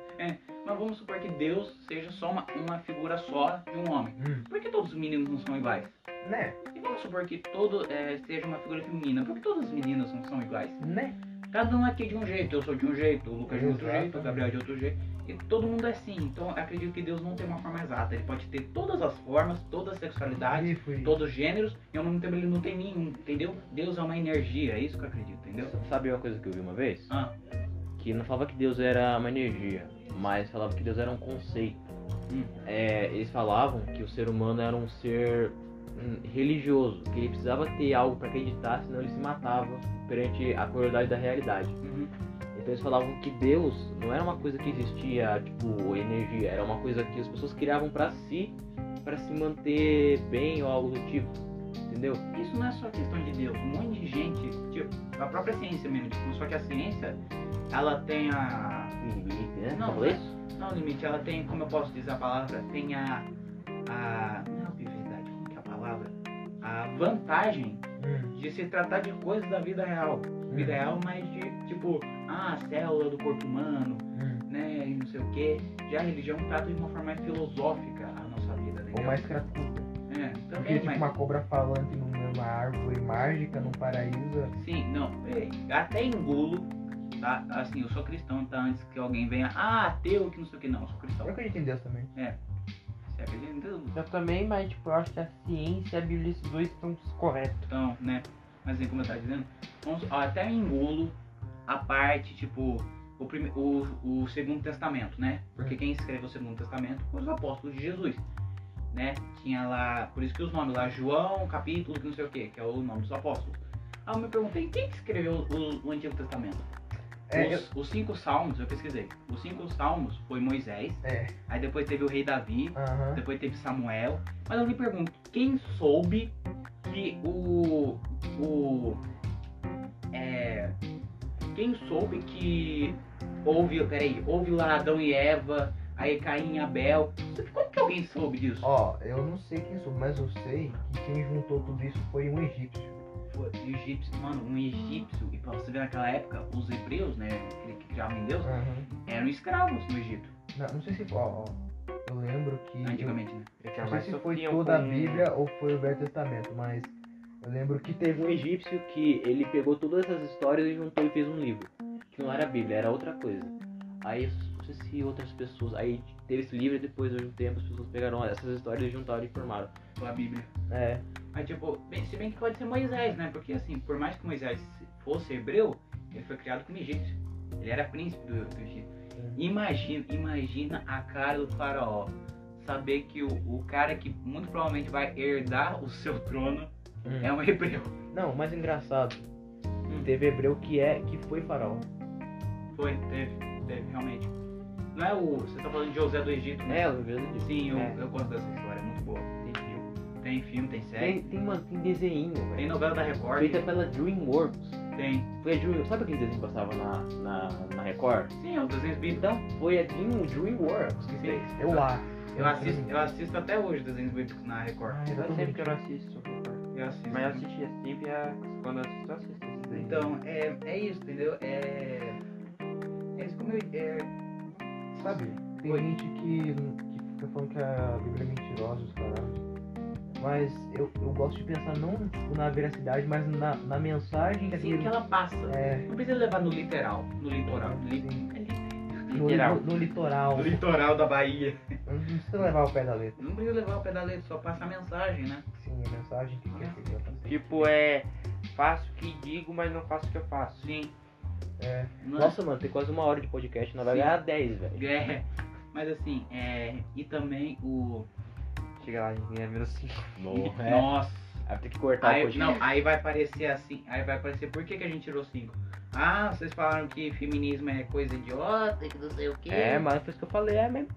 S3: Mas vamos supor que Deus seja só uma, uma figura só de um homem.
S4: Hum,
S3: Por que todos os meninos não são iguais?
S1: Né?
S3: E vamos supor que todo eh, seja uma figura feminina. Por que todas as meninas não são iguais?
S1: Né?
S3: Cada um aqui de um jeito. Eu sou de um jeito, o Lucas de outro
S1: Exato.
S3: jeito, o Gabriel de outro jeito. E todo mundo é assim. Então eu acredito que Deus não tem uma forma exata. Ele pode ter todas as formas, toda a sexualidade,
S4: Hum,
S1: foi.
S3: todos os gêneros. E ao mesmo tempo ele não tem nenhum, entendeu? Deus é uma energia. É isso que eu acredito, entendeu?
S1: Sabe uma coisa que eu vi uma vez?
S3: Ah.
S1: Que não falava que Deus era uma energia, mas falava que Deus era um conceito.
S3: Hum.
S1: É, eles falavam que o ser humano era um ser hum, religioso, que ele precisava ter algo pra acreditar, senão ele se matava perante a crueldade da realidade.
S3: Uhum.
S1: Então eles falavam que Deus não era uma coisa que existia, tipo, energia, era uma coisa que as pessoas criavam pra si, pra se manter bem ou algo do tipo. Entendeu?
S3: isso não é só questão de Deus. Um monte de gente, tipo, a própria ciência mesmo, tipo, só que a ciência, ela tem a.
S1: Limite, né?
S3: Não,
S1: Talvez.
S3: Não, limite, ela tem, como eu posso dizer a palavra? Tem a. a não, que verdade, como que é a palavra? A vantagem
S4: hum,
S3: de se tratar de coisas da vida real. Vida
S2: Uhum.
S3: real, mas de, tipo, ah, a célula do corpo humano,
S4: hum.
S3: né, e não sei o quê. Já a religião trata de uma forma mais filosófica a nossa vida, né?
S4: Ou mais gratuita.
S3: É,
S4: Porque
S3: também,
S4: tipo
S3: mas.
S4: uma cobra falante numa árvore mágica, num paraíso.
S3: Sim, não, peraí. Até engulo, tá? Assim, eu sou cristão, então antes que alguém venha, ah, ateu, que não sei o que, não, eu sou cristão. É.
S4: Eu acredito em Deus também.
S3: Você acredita em Deus?
S2: Eu também, mas tipo, eu acho que a ciência e a Bíblia esses dois estão corretos.
S3: Então, né? Mas assim, como eu tava dizendo, vamos, ó, até engulo a parte, tipo, o, prime, o, o Segundo Testamento, né?
S4: É.
S3: Porque quem escreveu o Segundo Testamento foi os apóstolos de Jesus, né? Tinha lá, por isso que os nomes lá, João, capítulo, que não sei o que, que é o nome dos apóstolos. Aí eu me perguntei, quem que escreveu o- o Antigo Testamento?
S4: É, eu-
S3: os, os cinco salmos, eu pesquisei. Os cinco salmos foi Moisés,
S4: é.
S3: aí depois teve o rei Davi,
S4: Aham.
S3: depois teve Samuel. Mas eu me pergunto, quem soube que o. o. É. Quem soube que houve. Peraí, houve lá Adão e Eva, aí Caim e Abel. Como que alguém soube disso?
S4: Ó, eu não sei quem sou, mas eu sei que quem juntou tudo isso foi um egípcio.
S3: Pô, e o egípcio, mano, um egípcio, e pra você ver naquela época, os hebreus, né, que- que criavam em Deus,
S4: Aham.
S3: eram escravos no Egito,
S4: Não, não sei se ó, ó, Eu lembro que. Eu,
S3: antigamente, né?
S2: É
S4: não sei se foi toda a Bíblia ou foi o Velho Testamento, mas eu lembro que teve
S1: Teve um egípcio que ele pegou todas essas histórias e juntou e fez um livro. Que não era a Bíblia, era outra coisa. Aí, não sei se outras pessoas. Aí teve esse livro e depois, de um tempo, as pessoas pegaram essas histórias e juntaram e formaram.
S3: Pela Bíblia.
S1: É.
S3: Mas tipo, bem- se bem que pode ser Moisés, né? Porque assim, por mais que Moisés fosse hebreu, ele foi criado como egípcio. Ele era príncipe do, do Egito. Imagina, imagina a cara do faraó. Saber que o, o cara que muito provavelmente vai herdar o seu trono
S1: Hum.
S3: É um hebreu.
S1: Não, mais engraçado. Teve hebreu que é que foi faraó.
S3: Foi, teve, teve, realmente. Não é o. Você tá falando de José do Egito, né?
S2: É, o Rebelo de
S3: Sim, eu,
S2: É.
S3: eu gosto dessa história, é muito boa.
S1: Tem filme.
S3: Tem filme, tem série,
S1: Tem, tem, mano, tem desenho, velho.
S3: tem novela da Record,
S1: Feita pela DreamWorks.
S3: tem.
S1: Foi a Dream... Sabe aquele desenho que passava na, na, na Record?
S3: Sim, é os desenhos bíblicos.
S1: Então, foi a Dream, DreamWorks que
S3: Sim.
S1: fez.
S4: Eu acho.
S3: Eu assisto, eu assisto até hoje desenhos bíblicos na Record.
S4: Ai,
S2: Faz
S4: eu tô
S2: tempo que eu
S4: muito-
S2: não assisto.
S3: Eu assisto.
S2: Mas eu assistia sempre, a- quando eu assisto, eu assisto. esses daí.
S3: Então, é, é isso, entendeu? É. É isso como eu. É, sabe?
S4: Tem
S3: Oi.
S4: gente que, que fica falando que a Bíblia é mentirosa, os caralho. Mas eu, eu gosto de pensar não tipo, na veracidade, mas na, na mensagem que
S3: Assim que
S4: aquilo-
S3: ela passa.
S4: é,
S3: Não precisa levar no literal. No litoral. Li,
S4: Sim.
S3: é li-
S4: no,
S2: Literal.
S4: no- no litoral.
S3: no litoral da Bahia.
S4: Não precisa levar o pé da letra.
S3: Não precisa levar o pedaleiro, só passa a mensagem, né?
S4: Sim, a mensagem que quer chegar.
S2: Tipo, é. Faço o que digo, mas não faço o que eu faço.
S3: Sim.
S4: É,
S3: Não-
S1: Nossa, mano, tem quase uma hora de podcast, nós vai
S3: Sim.
S1: ganhar 10, velho.
S3: É. Mas assim, é. E também o.
S2: Chega lá, gente, é menos 5.
S1: É.
S3: Nossa.
S1: Aí tem que cortar o
S3: Aí,
S1: podcast.
S3: não, aí vai aparecer assim, aí vai aparecer por que, que a gente tirou 5? Ah, vocês falaram que feminismo é coisa idiota e que não sei o que.
S1: É, mas foi isso que eu falei, é mesmo.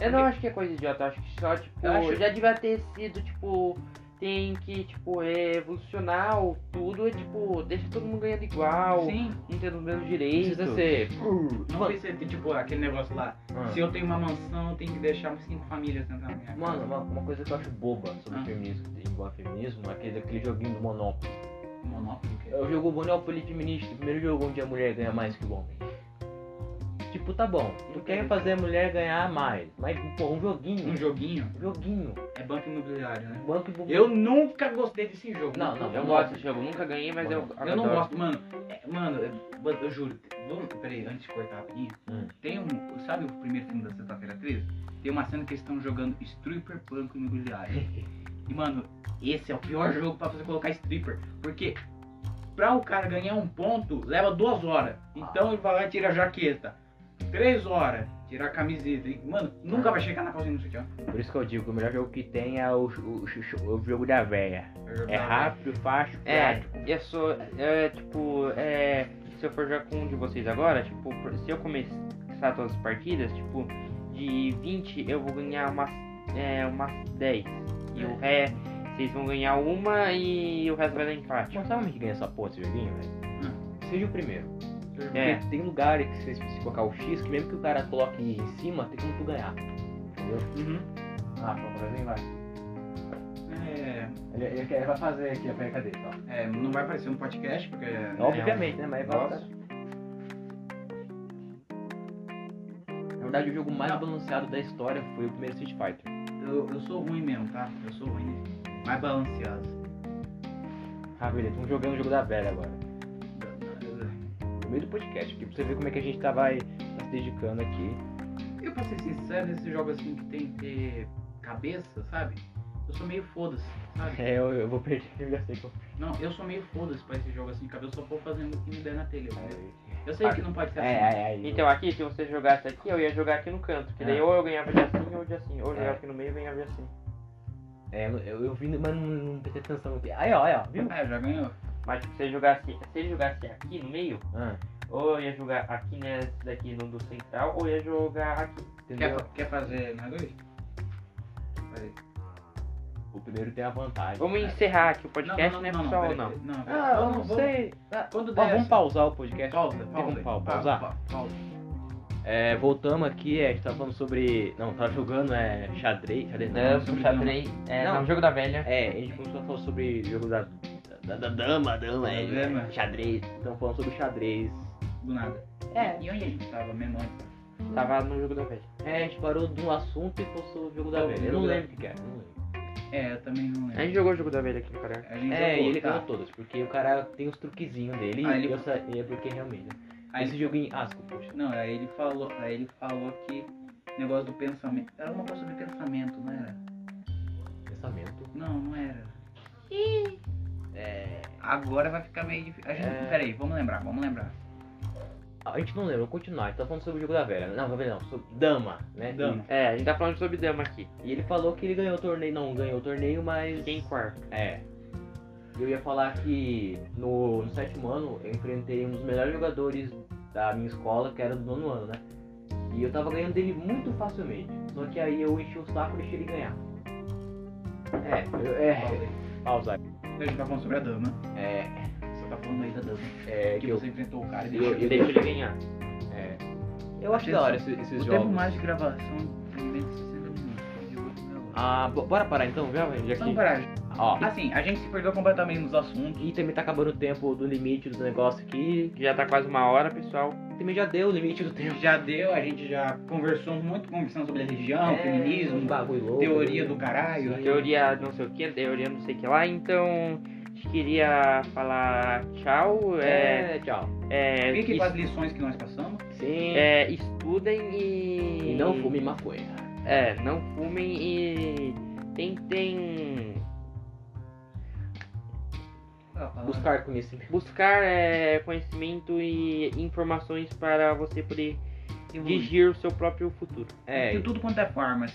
S2: Eu não acho que é coisa idiota, eu acho que só, tipo,
S3: Eu acho-
S2: já devia ter sido, tipo, tem que, tipo, revolucionar ou tudo, é tipo, deixa todo mundo ganhando igual,
S3: Sim,
S2: um tendo os mesmos
S1: Não
S2: direitos.
S1: Precisa ser.
S3: não
S1: é Mano,
S3: precisa ter, tipo, aquele negócio lá. Se eu tenho uma mansão, eu tenho que deixar umas 5 famílias dentro da minha casa.
S1: Mano, uma, uma coisa que eu acho boba sobre
S3: Ah.
S1: feminismo, que envolve feminismo, é aquele, aquele joguinho do Monopoly.
S3: Monópolis, que é-
S1: Eu jogo Monopoly feminista, o primeiro jogo onde a mulher ganha mais que o homem. Tipo, tá bom, tu quer fazer a mulher ganhar mais, mas, pô, um joguinho.
S3: Um joguinho
S1: Um joguinho.
S3: é banco imobiliário, né?
S1: Banco e
S3: Eu nunca gostei desse jogo.
S1: Não, não,
S2: Eu gosto desse jogo, nunca ganhei, mas eu.
S1: Eu
S3: Eu não
S2: adoro.
S3: gosto, mano. É, mano, eu, eu juro. Vamos, peraí, antes de cortar rapidinho.
S1: Hum.
S3: Tem um. Sabe o primeiro filme da Sexta-feira 13? Tem uma cena que eles estão jogando Stripper Banco Imobiliário. e, mano, esse é o pior jogo pra você colocar Stripper. Porque pra o cara ganhar um ponto, leva duas horas. Então ele vai lá e tira a jaqueta. Três horas. Tirar a camiseta. E, mano, nunca vai chegar na calcinha do sutiã.
S1: Por isso que eu digo que o melhor jogo que tem é o, o- o- o jogo da véia. É rápido, fácil,
S2: É,
S1: prático.
S2: eu sou. É, tipo, é. Se eu for jogar com um de vocês agora, tipo, se eu começar todas as partidas, tipo, de 20 eu vou ganhar umas, é, umas 10. E o ré, vocês vão ganhar uma e o resto vai dar empate.
S1: Mas Tipo, sabe onde que ganha essa porra desse joguinho, velho? Seja o primeiro.
S2: É.
S1: Porque tem lugar que se você colocar o X, que mesmo que o cara coloque em cima, tem como tu ganhar. Entendeu?
S3: Uhum.
S1: Ah, pô, pra mim vai.
S3: É,
S1: Ele, ele, ele vai fazer aqui, a cadê? Tá?
S3: é, não vai aparecer no podcast, porque. né,
S1: Obviamente, né? Mas vai.
S3: Nossa. é um
S1: Na verdade, o jogo mais
S3: Não.
S1: balanceado da história foi o primeiro Street Fighter.
S3: Eu, eu sou ruim mesmo, tá? Eu sou ruim. né? Mais balanceado.
S1: Ah, beleza, vamos jogando o jogo da velha agora. No meio do podcast, aqui pra você ver como é que a gente tá, vai, tá se dedicando aqui.
S3: Eu, pra ser sincero, nesse jogo assim que tem que ter cabeça, sabe? Eu sou meio foda-se, sabe?
S1: É, eu, eu vou perder, eu já sei que eu
S3: Não, eu sou meio foda-se pra esse jogo assim, cabeça, eu só vou fazendo o que me der na telha. entendeu? Eu sei que não pode ser
S1: É,
S3: assim.
S1: é, é.
S2: Então aqui, se você jogasse aqui, eu ia jogar aqui no canto. Que daí
S1: É.
S2: ou eu ganhava de assim ou de assim. Ou eu
S1: É.
S2: jogava aqui no meio e ganhava de assim.
S1: É, eu, eu vi, mas não, não prestei atenção no que. Aí, ó, aí, ó, viu?
S3: É, já ganhou.
S2: Mas tipo, se ele jogasse, se ele jogasse aqui no meio,
S1: Ah,
S2: ou eu ia jogar aqui nesse daqui no do central, ou eu ia jogar aqui.
S3: Quer,
S1: entendeu?
S3: fa- quer fazer mais dois? Peraí.
S1: O primeiro tem a vantagem. né?
S2: Vamos encerrar aqui o podcast, né, pessoal? ou não?
S3: peraí, peraí. Não,
S1: Ah, eu é não
S3: vamos-
S1: sei. Ah,
S3: Quando
S1: ó,
S3: der.
S1: vamos
S3: essa-
S1: pausar o podcast.
S3: Pausa,
S1: Tem
S3: pausa.
S1: como
S3: aí.
S1: pau-
S3: Pa-
S1: pausar?
S3: pa- Pausa.
S1: É, voltamos aqui, é, a gente tava falando sobre. Não, tava jogando, é. Xadrez, xadrez não.
S2: É, sobre xadrez. É,
S1: Não.
S2: não, jogo da velha.
S1: É, a gente começou a falar sobre jogo da. Da, da dama, dama, é,
S3: Dama.
S1: xadrez. Estamos falando sobre xadrez.
S3: Do nada.
S2: É.
S3: E onde a gente tava mesmo antes?
S2: Tava no jogo da velha.
S1: É, a gente parou de um assunto e passou o jogo da
S3: Tá,
S1: velha. Eu não
S3: jogo da-
S1: lembro o que que era. não lembro.
S3: É, eu também
S2: A
S3: não
S2: gente
S3: lembro.
S2: jogou o jogo da velha aqui no Caralho.
S3: A gente
S1: É,
S3: jogou,
S1: e ele
S3: tá.
S1: ganhou todas, porque o cara tem os truquezinhos dele
S3: Ah,
S1: e
S3: ele-
S1: eu sabia porque realmente. né?
S3: Aí-
S1: Esse joguinho. Ah, desculpa, poxa.
S3: Não, aí ele falou, aí ele falou que negócio do pensamento. Era uma coisa sobre pensamento, não era?
S1: Pensamento.
S3: Não, não era.
S1: É.
S3: Agora vai ficar meio difícil. A gente,
S1: É.
S3: Peraí, vamos lembrar, vamos lembrar.
S1: Ah, a gente não lembra, vamos continuar. A gente tá falando sobre o jogo da velha. Não, da velha não, sobre Dama, né?
S3: Dama.
S2: É, a gente tá falando sobre dama aqui.
S1: E ele falou que ele ganhou o torneio, não ganhou o torneio, mas.
S2: Fiquei em quarto.
S1: É. Eu ia falar que no, no sétimo ano eu enfrentei um dos melhores jogadores da minha escola, que era do nono ano, né? E eu tava ganhando dele muito facilmente. Só que aí eu enchi o saco e deixei ele ganhar. É, eu,
S3: Tá
S1: é. Pausa.
S3: A gente tá falando sobre a dama.
S1: É,
S3: Você tá falando aí da dama.
S1: é
S3: que
S1: que eu.
S3: você enfrentou o cara e
S1: eu-
S3: deixou
S1: eu
S3: ele.
S1: deixo ele ganhar. É. Eu acho da hora esse- esses,
S3: O
S1: jogos.
S3: tempo mais de gravação tem 60 minutos. de oito minutos.
S1: Ah, bo- bora parar então, já, velho? Já
S3: Então,
S1: que...
S3: para.
S1: Ó.
S3: Assim, a gente se perdeu completamente nos assuntos.
S1: E também tá acabando o tempo do limite do negócio aqui.
S2: Já tá quase uma hora, pessoal.
S1: Também já deu o limite do tempo.
S3: Já deu, a gente já conversou muito, conversando sobre religião,
S1: É, um
S3: feminismo,
S1: bagulho louco. né?
S3: teoria do caralho.
S1: Sim.
S2: Teoria não sei o que, teoria não sei o que lá. Então, a gente queria falar tchau. É,
S1: É, tchau.
S2: é,
S3: Fiquem
S2: es-
S3: com as lições que nós passamos.
S1: Sim.
S2: é, estudem e.
S1: E não fume maconha.
S2: É, não fumem e tentem
S3: Tá
S1: Buscar conhecimento.
S2: buscar é, conhecimento e informações para você poder dirigir o seu próprio futuro.
S1: É,
S3: De tudo quanto é formas.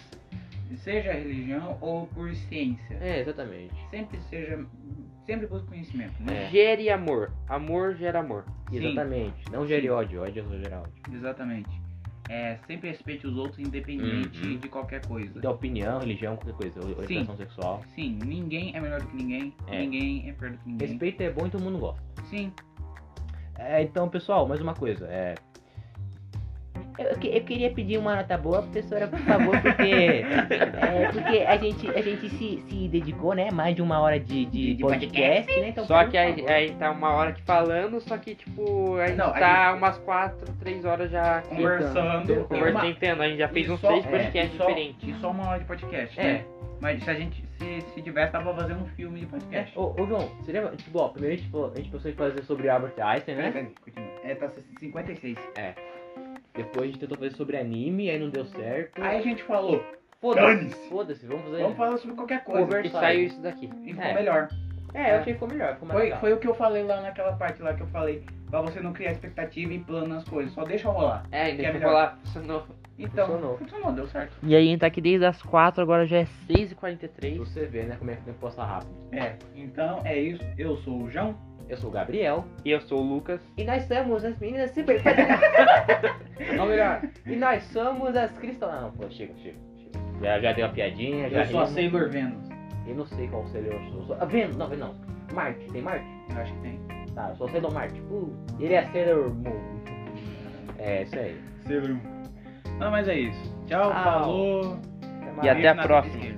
S3: Seja religião ou por ciência.
S1: é exatamente.
S3: Sempre seja. Sempre busque conhecimento, né?
S1: É.
S2: Gere amor. Amor gera amor.
S3: Sim.
S1: Exatamente. Não gere ódio, ódio é não gera ódio.
S3: Exatamente. É, sempre respeite os outros, independente
S1: Uhum.
S3: de qualquer coisa.
S1: Da opinião, religião, qualquer coisa, ori- orientação sexual.
S3: Sim, ninguém é melhor do que ninguém.
S1: É.
S3: Ninguém é pior do que ninguém.
S1: Respeito é bom e todo mundo gosta.
S3: Sim,
S1: É, então, pessoal, mais uma coisa. É. Eu, que- eu queria pedir uma nota boa, professora, por favor, porque. é, porque a gente, a gente se, se dedicou, né? Mais de uma hora de, de
S3: De- de
S1: podcast,
S3: podcast.
S1: né? Então,
S2: só
S1: por
S2: que aí,
S1: favor.
S2: aí tá uma hora aqui falando, só que tipo, a gente
S3: Não, a
S2: tá
S3: gente-
S2: umas 4, 3 horas já aqui
S3: conversando.
S1: então,
S3: é uma-
S2: conversando, entendo. A gente já fez
S3: e
S2: uns
S3: só-
S2: 3
S3: é,
S2: podcasts
S3: e só-
S2: diferentes.
S3: E só uma hora de podcast,
S1: É.
S3: né? Mas se a gente. Se, se tivesse, tava fazendo um filme de podcast.
S1: É. Ô, ô João, você lembra? Tipo, ó, primeiro a gente, falou, a gente pensou em fazer sobre Albert Einstein, né?
S3: Peraí, peraí, continua. É, tá 56.
S1: Depois a gente tentou fazer sobre anime, aí não deu certo.
S3: Aí a gente falou,
S1: Foda-se,
S3: dane-se.
S1: foda-se, vamos fazer.
S3: vamos falar sobre qualquer coisa.
S1: Conversa.
S2: E saiu isso daqui.
S3: E ficou
S1: É.
S3: melhor.
S1: É, eu achei que ficou melhor, ficou mais
S3: Foi,
S1: legal.
S3: foi o que eu falei lá naquela parte lá que eu falei. Pra você não criar expectativa e plano nas coisas, só deixa rolar.
S2: É, ainda
S3: Que é
S2: ficou
S3: melhor.
S2: lá, funcionou.
S3: Então,
S1: Funcionou.
S3: funcionou, deu certo.
S2: E aí, a gente tá aqui desde as 4, agora já é 6h43.
S1: Você vê, né, como é que o tempo passa rápido.
S3: É, então é isso. Eu sou o João.
S1: Eu sou o Gabriel.
S2: E eu sou o Lucas.
S1: E nós somos as meninas super. Ou melhor, e nós somos as cristãs. Não, pô, chega, chega. chega. Já, já deu uma piadinha, já.
S3: Eu sou a
S1: rimos.
S3: Sailor Venus.
S1: Eu não sei qual seria eu sou. Eu sou- Ah, Vênus, não, Vênus não. Marte, tem Marte?
S3: Eu acho que tem.
S1: Tá, eu sou Sailor Marte. Uh, ele é Sailor Moon. É, isso aí.
S3: Sailor Não, mas é isso. Tchau,
S1: Tchau.
S3: falou.
S1: Até
S2: E
S1: mais.
S2: até a
S3: Nada de
S2: próxima.
S3: esquerda.